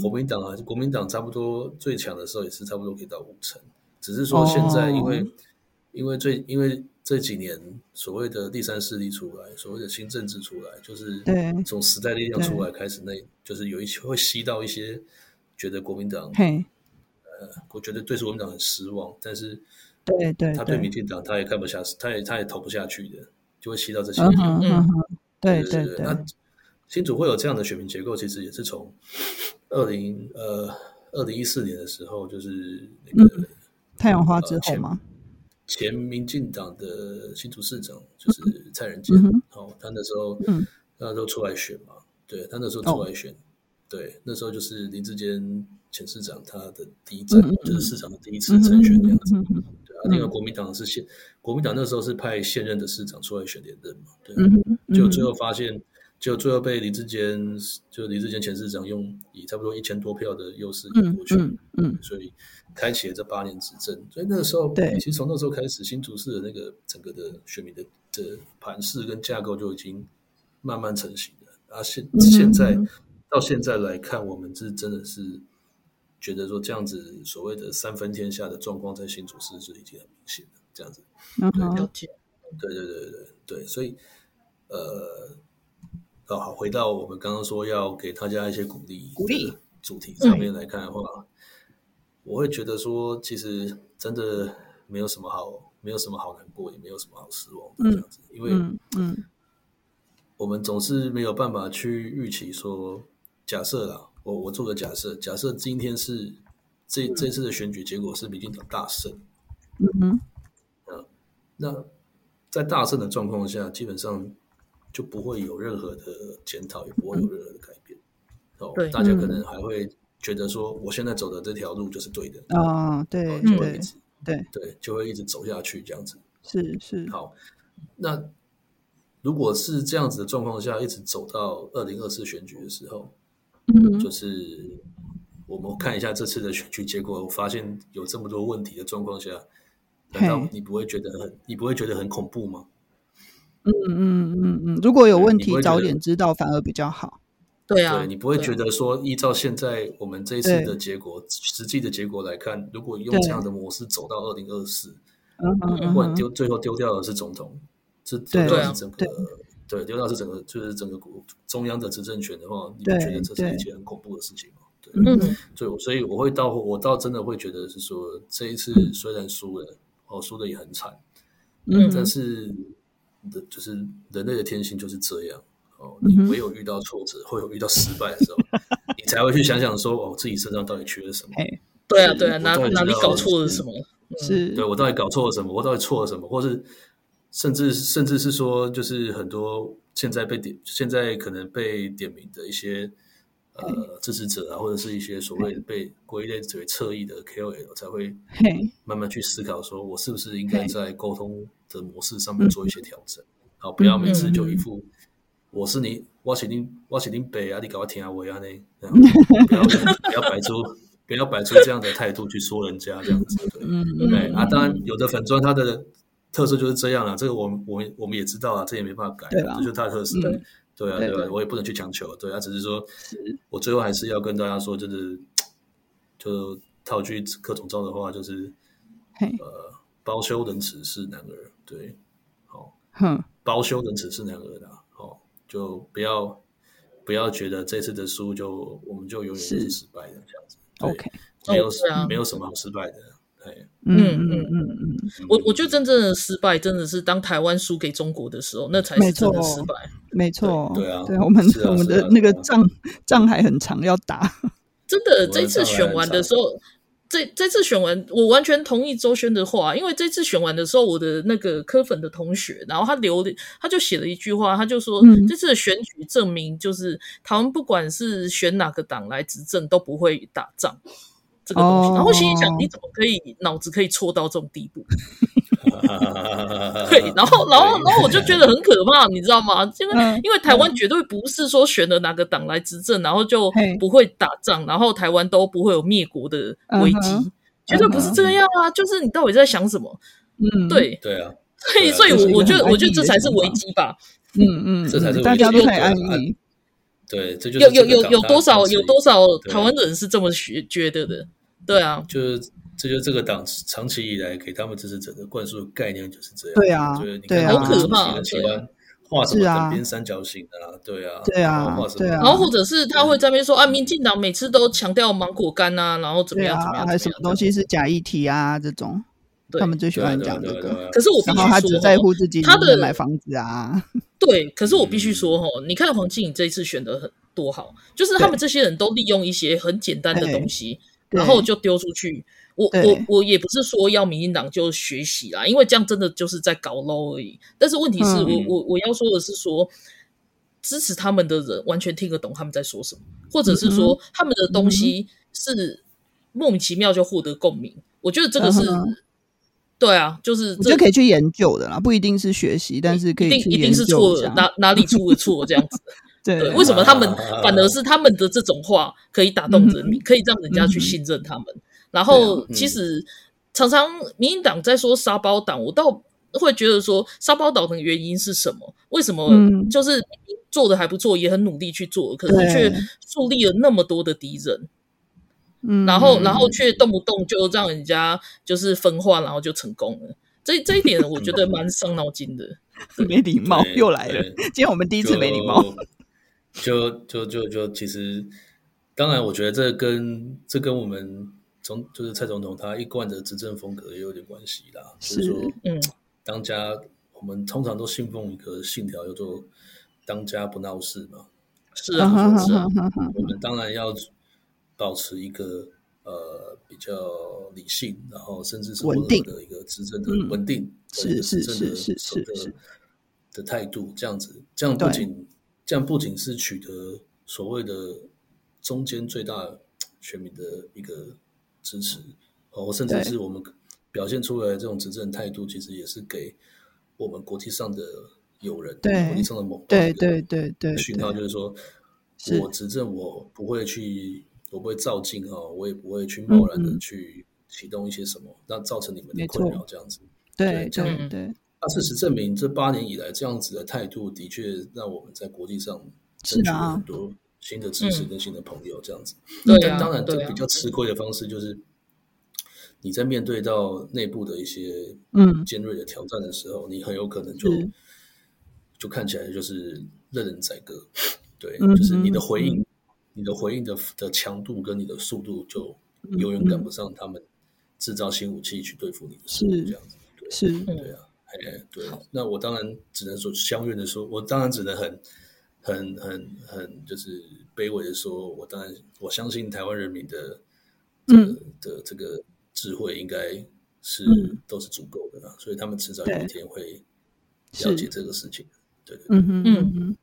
S3: 国民党啊，国民党差不多最强的时候也是差不多可以到五成，只是说现在因为、
S2: 哦
S3: 因为最因为这几年所谓的第三势力出来，所谓的新政治出来，就是
S2: 对
S3: 从时代力量出来开始那，就是有一些会吸到一些觉得国民党，
S2: 嘿，
S3: 我觉得对国民党很失望，但是。
S2: 对对
S3: 他对
S2: 哎对
S3: 民，进党他也看不下，他也他也投不下去的，就会吸到这些
S2: 嗯
S3: 人。
S2: 哼
S1: 嗯
S2: 嗯哼，对
S3: 对
S2: 对
S3: 那新竹会有这样的选民结构，其实也是从二零呃二零一四年的时候，就是那
S2: 嗯
S3: 个
S2: 太阳花之
S3: 呃
S2: 后
S3: 前
S2: 嘛，
S3: 前民进党的新竹市长，就是蔡仁杰
S2: 嗯哼，
S3: 哦，他那时候
S2: 嗯
S3: 那时候出来选嘛，对他那时候
S2: 哦
S3: 出来选，对，那时候就是林志坚前市长他的第一站
S2: 嗯嗯，
S3: 就是市长的第一次
S2: 嗯哼
S3: 参选这样子。
S2: 嗯哼
S3: 对啊，另外国民党是现国民党那时候是派现任的市长出来选连任嘛，对啊，
S2: 嗯哼，
S3: 就最后发现，就最后被林志坚，就林志坚前市长用以差不多一千多票的优势赢
S2: 嗯
S3: 过去，
S2: 嗯嗯
S3: 所以开启了这八年执政。所以那个时候，
S2: 对
S3: 其实从那时候开始，新竹市的那个整个的选民的的盘势跟架构就已经慢慢成型了。啊，现
S2: 嗯
S3: 现在、到现在来看，我们是真的是觉得说这样子所谓的三分天下的状况，在新竹市是已经很明显了，这样子。
S2: 嗯
S1: 了
S2: 哼，
S1: 解。
S3: 对对对对对，所以呃，哦好，回到我们刚刚说要给大家一些鼓励
S2: 鼓励嗯
S3: 的主题上面来看的话，我会觉得说，其实真的没有什么好，没有什么好难过，也没有什么好失望的这样子，因为
S2: 嗯嗯
S3: 我们总是没有办法去预期说，假设啦，我我做个假设，假设今天是这这次的选举结果是民进党大胜，
S2: 嗯哼，
S3: 那在大胜的状况下，基本上就不会有任何的检讨，也不会有任何的改变。哦
S1: 对，
S3: 大家
S2: 嗯
S3: 可能还会觉得说，我现在走的这条路就是对的，
S2: 啊，对
S3: 哦就会
S2: 对
S3: 一直
S2: 对，
S3: 对，就会一直走下去这样子。
S2: 是是，
S3: 好，那如果是这样子的状况下，一直走到二零二四选举的时候，
S2: 嗯
S3: 就是我们看一下这次的选举结果，我发现有这么多问题的状况下，难道
S2: 嘿
S3: 你不会觉得很你不会觉得很恐怖吗？
S2: 嗯嗯嗯嗯，如果有问
S3: 对你
S2: 题
S3: 会觉
S2: 早
S3: 得
S2: 点知道反而比较好，
S1: 对啊，
S3: 对你不会觉
S1: 得
S3: 得说，依照现在我们这一次
S2: 对
S3: 的结果，实际的结果来看，如果用
S2: 对
S3: 这样的模式走到二零二四，
S2: 嗯哼嗯
S3: 不然
S2: 哼，
S3: 丢最后丢掉的是总统，是丢
S2: 对
S3: 掉
S1: 啊
S3: 是整个
S2: 对
S3: 对丢掉是整个就是整个国中央的执政权的话，你不觉得
S2: 对
S3: 这是
S2: 对
S3: 一件很恐怖的事情吗？对，
S1: 嗯，
S3: 所以我所以我会到我倒真的会觉得是说，这一次虽然输了，哦，输的也很惨，
S2: 嗯
S3: 但是的就是人类的天性就是这样哦，你唯有遇到挫折，会有遇到失败的时候，你才会去想想说，哦，自己身上到底缺了什么？
S2: 哎
S1: 对啊，对啊，哪
S3: 我到底
S1: 哪里
S3: 知道
S1: 搞错了
S3: 是
S1: 什么？
S2: 是
S3: 对我到底搞错了什么？我到底错了什么？或是甚至甚至是说，就是很多现在被点，现在可能被点名的一些呃支持者啊，或者是一些所谓被归类为侧翼的 KOL 才会
S2: 嘿，
S3: 慢慢去思考，说我是不是应该在沟通的模式上
S2: 嗯
S3: 面做一些调整，好，不要每次就一副我是你，我是你，我是你北啊，你搞我听啊我啊呢，这样不要不要摆出不要摆出这样的态度去说人家这样子，对，
S2: 嗯
S3: 对啊，当然有的粉砖它的特色就是这样啊，这个我们我们我们也知道啊，这也没办法改，
S2: 对
S3: 这
S2: 啦
S3: 就是它的特色。
S2: 嗯
S3: 对啊，
S2: 对
S3: 对啊，我也不能去强求，对啊，只是说，我最后还是要跟大家说，就是，就套句柯总召的话，就是
S2: 嘿，
S3: 呃包修人耻是男儿，对，
S2: 哼，
S3: 包修人耻是男儿啦，哦，就不要不要觉得这次的输就我们就永远都是
S2: 是
S3: 失败的这样子对
S2: OK，
S3: 没有、
S1: 哦对啊
S3: 没有什么好失败的，哎，
S1: 嗯
S2: 嗯
S1: 嗯
S2: 嗯嗯嗯，
S1: 我我觉得真正的失败真的是当台湾输给中国的时候，那才是
S2: 没
S1: 真
S2: 错
S1: 的失败。
S2: 没错，
S3: 对对啊
S2: 对我们
S3: 是啊
S2: 我们
S3: 是啊
S2: 的那个
S3: 是啊
S2: 仗仗还很长要打，
S1: 真
S3: 我
S1: 的，这
S3: 的
S1: 次
S3: 大概
S1: 选完的时候，这这次选完，我完全同意周轩的话，因为这次选完的时候，我的那个科粉的同学，然后他留的，他就写了一句话，他就说，
S2: 嗯
S1: 这次的选举证明，就是台湾不管是选哪个党来执政，都不会打仗。这个东西，
S2: 哦
S1: 然后心里想，你怎么可以脑子可以错到这种地步？
S2: 呃
S1: 对
S3: 对，
S1: 然后，然后，然后我就觉得很可怕，你知道吗？因为、
S2: 嗯
S1: 因为台湾绝对不是说选了哪个党来执政，然后就
S2: 嘿
S1: 不会打仗，然后台湾都不会有灭国的危机，
S2: 嗯哼
S1: 绝对不是这样啊！就是你到底在想什么？
S2: 嗯，，
S1: 对，
S3: 对啊，
S1: 所以，
S3: 对啊
S1: 所以
S3: 这是一个
S1: 我我觉得，
S2: 很安逸的
S1: 我觉得这才是
S2: 想法
S1: 危机吧。
S2: 嗯嗯，
S3: 这才是
S2: 嗯大家
S3: 危
S2: 都
S3: 机
S2: 太安
S3: 对啊
S2: 逸，
S3: 对，这就是
S1: 有
S3: 这个
S1: 有有
S3: 党
S1: 有
S3: 它
S1: 多少
S3: 它是
S1: 有多少
S3: 对
S1: 台湾人是这么觉觉得的？对
S2: 嗯
S1: 啊，
S3: 就是这就是这个党长期以来给他们支持者的灌输概念就是这样。
S2: 对啊
S3: 就是你
S2: 对
S3: 看
S2: 啊
S3: 他们
S1: 好可怕
S3: 早期
S1: 对
S3: 的喜欢画什么
S2: 是啊
S3: 等边三角形啊，对啊，
S2: 对啊
S3: 然后画什么
S2: 对啊
S1: 然后或者是他会在那边说啊，民进党每次都强调芒果干啊，然后怎么
S2: 对
S1: 样怎么
S2: 啊，
S1: 样，
S2: 还有什
S1: 怎
S2: 么
S1: 样
S2: 东？西是假议题啊这种，
S1: 对
S2: 他们最喜
S3: 对啊
S2: 欢
S3: 对啊
S2: 讲这
S3: 对啊
S2: 个。
S3: 对啊
S1: 可是我必须
S2: 然
S1: 说哦，
S2: 后他只在乎自己
S1: 他
S2: 能不能
S1: 的
S2: 买房子啊，
S1: 对，可是我必须
S2: 嗯
S1: 说哈，你看黄静颖这一次选的很多好，就是他们这些人都利用一些很简单的东西，
S2: 哎对
S1: 然后就丢出去。我
S2: 对
S1: 我我也不是说要民进党就学习啦，因为这样真的就是在搞 low 而已。但是问题是、
S2: 嗯
S1: 我我我要说的是说，支持他们的人完全听得懂他们在说什么，或
S2: 嗯
S1: 者是说、他们的东西是莫名其妙就获得共鸣。我觉得这个是，
S2: 嗯哼
S1: 对啊，就是
S2: 我
S1: 这
S2: 觉得可以去研究的啦，不一定是学习，但是可
S1: 一
S2: 以
S1: 定
S2: 去
S1: 一
S2: 研
S1: 定是错
S2: 究一
S1: 了，
S2: 下。
S1: 哪哪里出了错这样子。对，
S2: 对，
S1: 为什么他们
S3: 啊
S1: 反而是他们的这种话可以打动人民，可以让人家去信任他们？然后
S3: 嗯
S1: 其实常常民进党在说沙包党，我倒会觉得说沙包党的原因是什么？为什么
S2: 嗯
S1: 就是做的还不错，也很努力去做，可是
S2: 对
S1: 却树立了那么多的敌人，
S2: 嗯
S1: 然后然后却动不动就让人家就是分化，然后就成功了。这这一点我觉得蛮伤脑筋的。
S2: 没礼貌
S3: 对
S2: 又来了
S3: 对，
S2: 今天我 们第一次没礼貌。
S3: 就就就就其实，当然，我觉得这跟这跟我们总就是蔡总统他一贯的执政风格也有点关系啦。就是是说，
S1: 嗯，
S3: 当家我们通常都信奉一个信条，叫做“当家不闹事”嘛。
S1: 是
S2: 嗯
S1: 啊，
S2: 哼
S1: 是啊
S2: 哼，哼哼
S3: 我们当然要保持一个呃比较理性，然后甚至是
S2: 稳
S3: 温和
S2: 定
S3: 的一个执政的
S2: 嗯
S3: 稳定，
S2: 是
S3: 一个
S2: 是
S3: 执政的
S2: 是是
S3: 守
S2: 是
S3: 的
S2: 是
S3: 的态度，这样子，这样不
S2: 对
S3: 仅这样不仅是取得所谓的中间最大选民的一个支持，哦，甚至
S2: 对
S3: 是我们表现出来的这种执政态度，其实也是给我们国际上的友人，
S2: 对
S3: 国际上的某
S2: 对对对对
S3: 讯号
S2: 对，
S3: 就是说，
S2: 是
S3: 我执政，我不会去，我不会照镜哈，我也不会去贸然
S2: 嗯
S3: 的
S2: 嗯
S3: 去启动一些什么，那造成你们的
S2: 没
S3: 困
S2: 错
S3: 扰这样子。
S2: 对
S3: 这
S1: 样
S2: 对对，
S3: 那事实证明，这八年以来这样子的态度，的确让我们在国际上
S2: 是
S3: 争取
S2: 啊
S3: 了很多新的支持
S1: 嗯
S3: 跟新的朋友这样子。
S1: 对
S3: 但
S1: 啊，
S3: 当然，这
S1: 对啊
S3: 比较吃亏的方式就是，你在面对到内部的一些
S2: 嗯
S3: 尖锐的挑战的时候，你很有可能就是就看起来就是任人宰割，对，
S2: 嗯
S3: 就是你的回
S2: 嗯
S3: 应，你的回应的的强度跟你的速度就永远赶不上他们制造新武器去对付你的速度，
S2: 是
S3: 这样子，对
S2: 是
S1: 嗯
S3: 对啊，哎，对，那我当然只能说相愿的说，我当然只能很、很、很、很，就是卑微的说，我当然我相信台湾人民的，
S2: 嗯
S3: 的这个智慧应该是、
S2: 嗯
S3: 都是足够的啦，所以他们迟早有一
S2: 对
S3: 天会
S2: 是
S3: 了解这个事情。对对对，
S2: 嗯哼嗯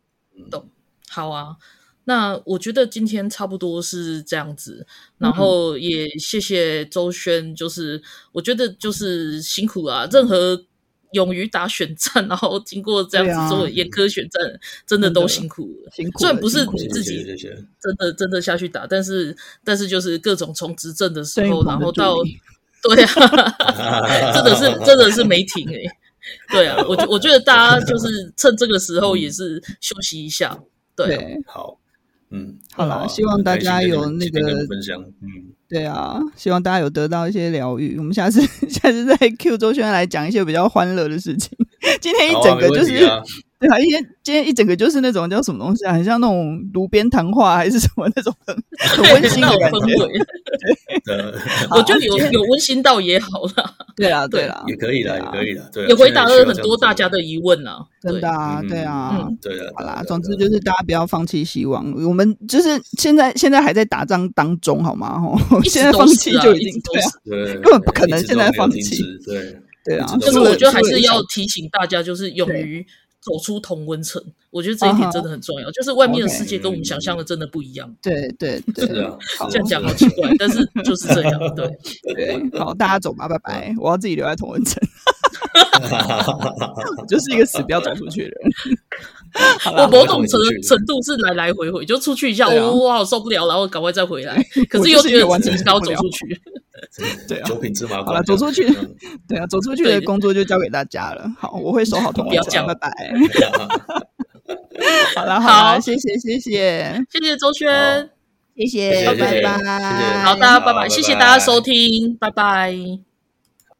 S2: 哼，
S1: 好啊，那我觉得今天差不多是这样子，然
S2: 嗯
S1: 后也谢谢周轩，就是我觉得就是辛苦啊，任何。勇于打选战，然后经过这
S2: 对
S1: 样
S2: 啊
S1: 子做严苛选战，真的
S2: 真的
S1: 都辛苦了。
S2: 辛苦了，
S1: 虽然不是
S2: 辛苦了
S1: 你自己
S3: 谢谢谢谢。
S1: 真的真的下去打，但是但是就是各种从执政的时
S2: 郑云
S1: 候，
S2: 鹏
S1: 然
S2: 的
S1: 后
S2: 助
S1: 到
S2: 理
S1: 对
S2: 哎
S1: 啊， 真的是真的是没停哎、对啊，我觉我觉得大家就是趁这个时候也是休息一下，对啊
S2: 对。
S3: 好，嗯，
S2: 好啦
S3: 了，
S2: 希望大家
S3: 很开心
S2: 有
S3: 跟你
S2: 那
S3: 今天跟
S2: 个
S3: 你分享，嗯，
S2: 对啊，希望大家有得到一些疗愈。我们下次 下次再 Q 周轩来讲一些比较欢乐的事情。今天一
S3: 好啊
S2: 哎整个
S3: 没
S2: 就
S3: 问
S2: 是、
S3: 题 啊
S2: 对啊，今天今天一整个就是那种 叫什么东西啊，很像那种炉边谈话还是什么那种很很温馨
S1: 那
S2: 的
S1: 种
S2: 感
S1: 氛
S2: 觉。
S1: 围，
S3: 呃，
S1: 我觉得有有温馨到也好啦，
S2: 对啦，对啦，
S3: 也可以啦，
S2: 对啊
S3: 也可以啦，对啊，
S1: 也回答
S3: 现在也
S1: 了
S3: 需要这
S1: 很
S3: 样
S1: 多
S3: 做
S1: 大家的疑问啦。
S2: 真的
S1: 对，
S2: 啊，
S3: 嗯
S2: 对啊。
S1: 嗯
S3: 对啊，
S2: 好
S3: 对
S2: 啦
S3: 啊，
S2: 总之
S3: 对啊
S2: 就是大家不要放弃希望。我们就是现在现在还在打仗当中，好吗？ 吼，
S1: 一直
S2: 现在
S1: 都
S2: 放
S1: 是
S2: 弃
S1: 啊
S2: 就
S1: 一
S2: 已
S1: 直
S2: 经
S1: 都
S2: 对啊
S1: 是，
S3: 对，
S2: 根本不可能
S3: 一直
S2: 现
S3: 都
S2: 在
S3: 没有
S2: 放
S3: 停
S2: 弃
S3: 止，对，
S2: 对啊
S3: 一直。都
S1: 就是
S3: 对
S1: 我觉得还
S2: 输
S1: 是
S2: 了一场
S1: 要提醒大家，就是勇
S2: 对
S1: 于走出同温层。我觉得这一点真的很重
S2: 嗯
S1: 要，就是外面的世界跟我们想象的真的不一样。
S2: 对对对，
S3: 是啊，是啊
S1: 这样讲
S3: 是啊
S1: 好奇怪，但是就是这 样。对，
S2: 对，好，大家走吧，拜拜。我要自己留在同文城，我就是一个死不要走出去的人。好啦
S1: 我某种程
S3: 回去
S1: 程度是来来回回，就出去一下，
S2: 对啊
S1: 哦我好受不了，然后赶快再 回来。可
S2: 我
S1: 是
S2: 就
S1: 又
S2: 是一
S1: 觉
S2: 个
S1: 得
S2: 完
S1: 自
S2: 全
S1: 己
S2: 受
S1: 想要
S2: 不
S1: 走
S2: 了
S1: 出去。
S2: 对啊
S3: 九品芝麻官。
S2: 好了，走出去，
S3: 嗯
S2: 对啊，走出去的
S1: 对
S2: 工作就交给大家了。好，我会守好同
S1: 不
S2: 文
S1: 要
S2: 城，
S1: 讲
S2: 拜拜。
S3: 嗯
S2: 好了好
S1: 好
S2: 了，谢谢谢谢
S1: 谢谢周轩，
S2: 谢谢，
S3: 谢谢谢谢
S2: 拜
S3: 谢谢
S2: 拜。
S1: 好，大家拜
S3: 好
S1: 拜，
S3: 拜
S1: 谢谢大家
S3: 拜
S1: 收听，拜拜。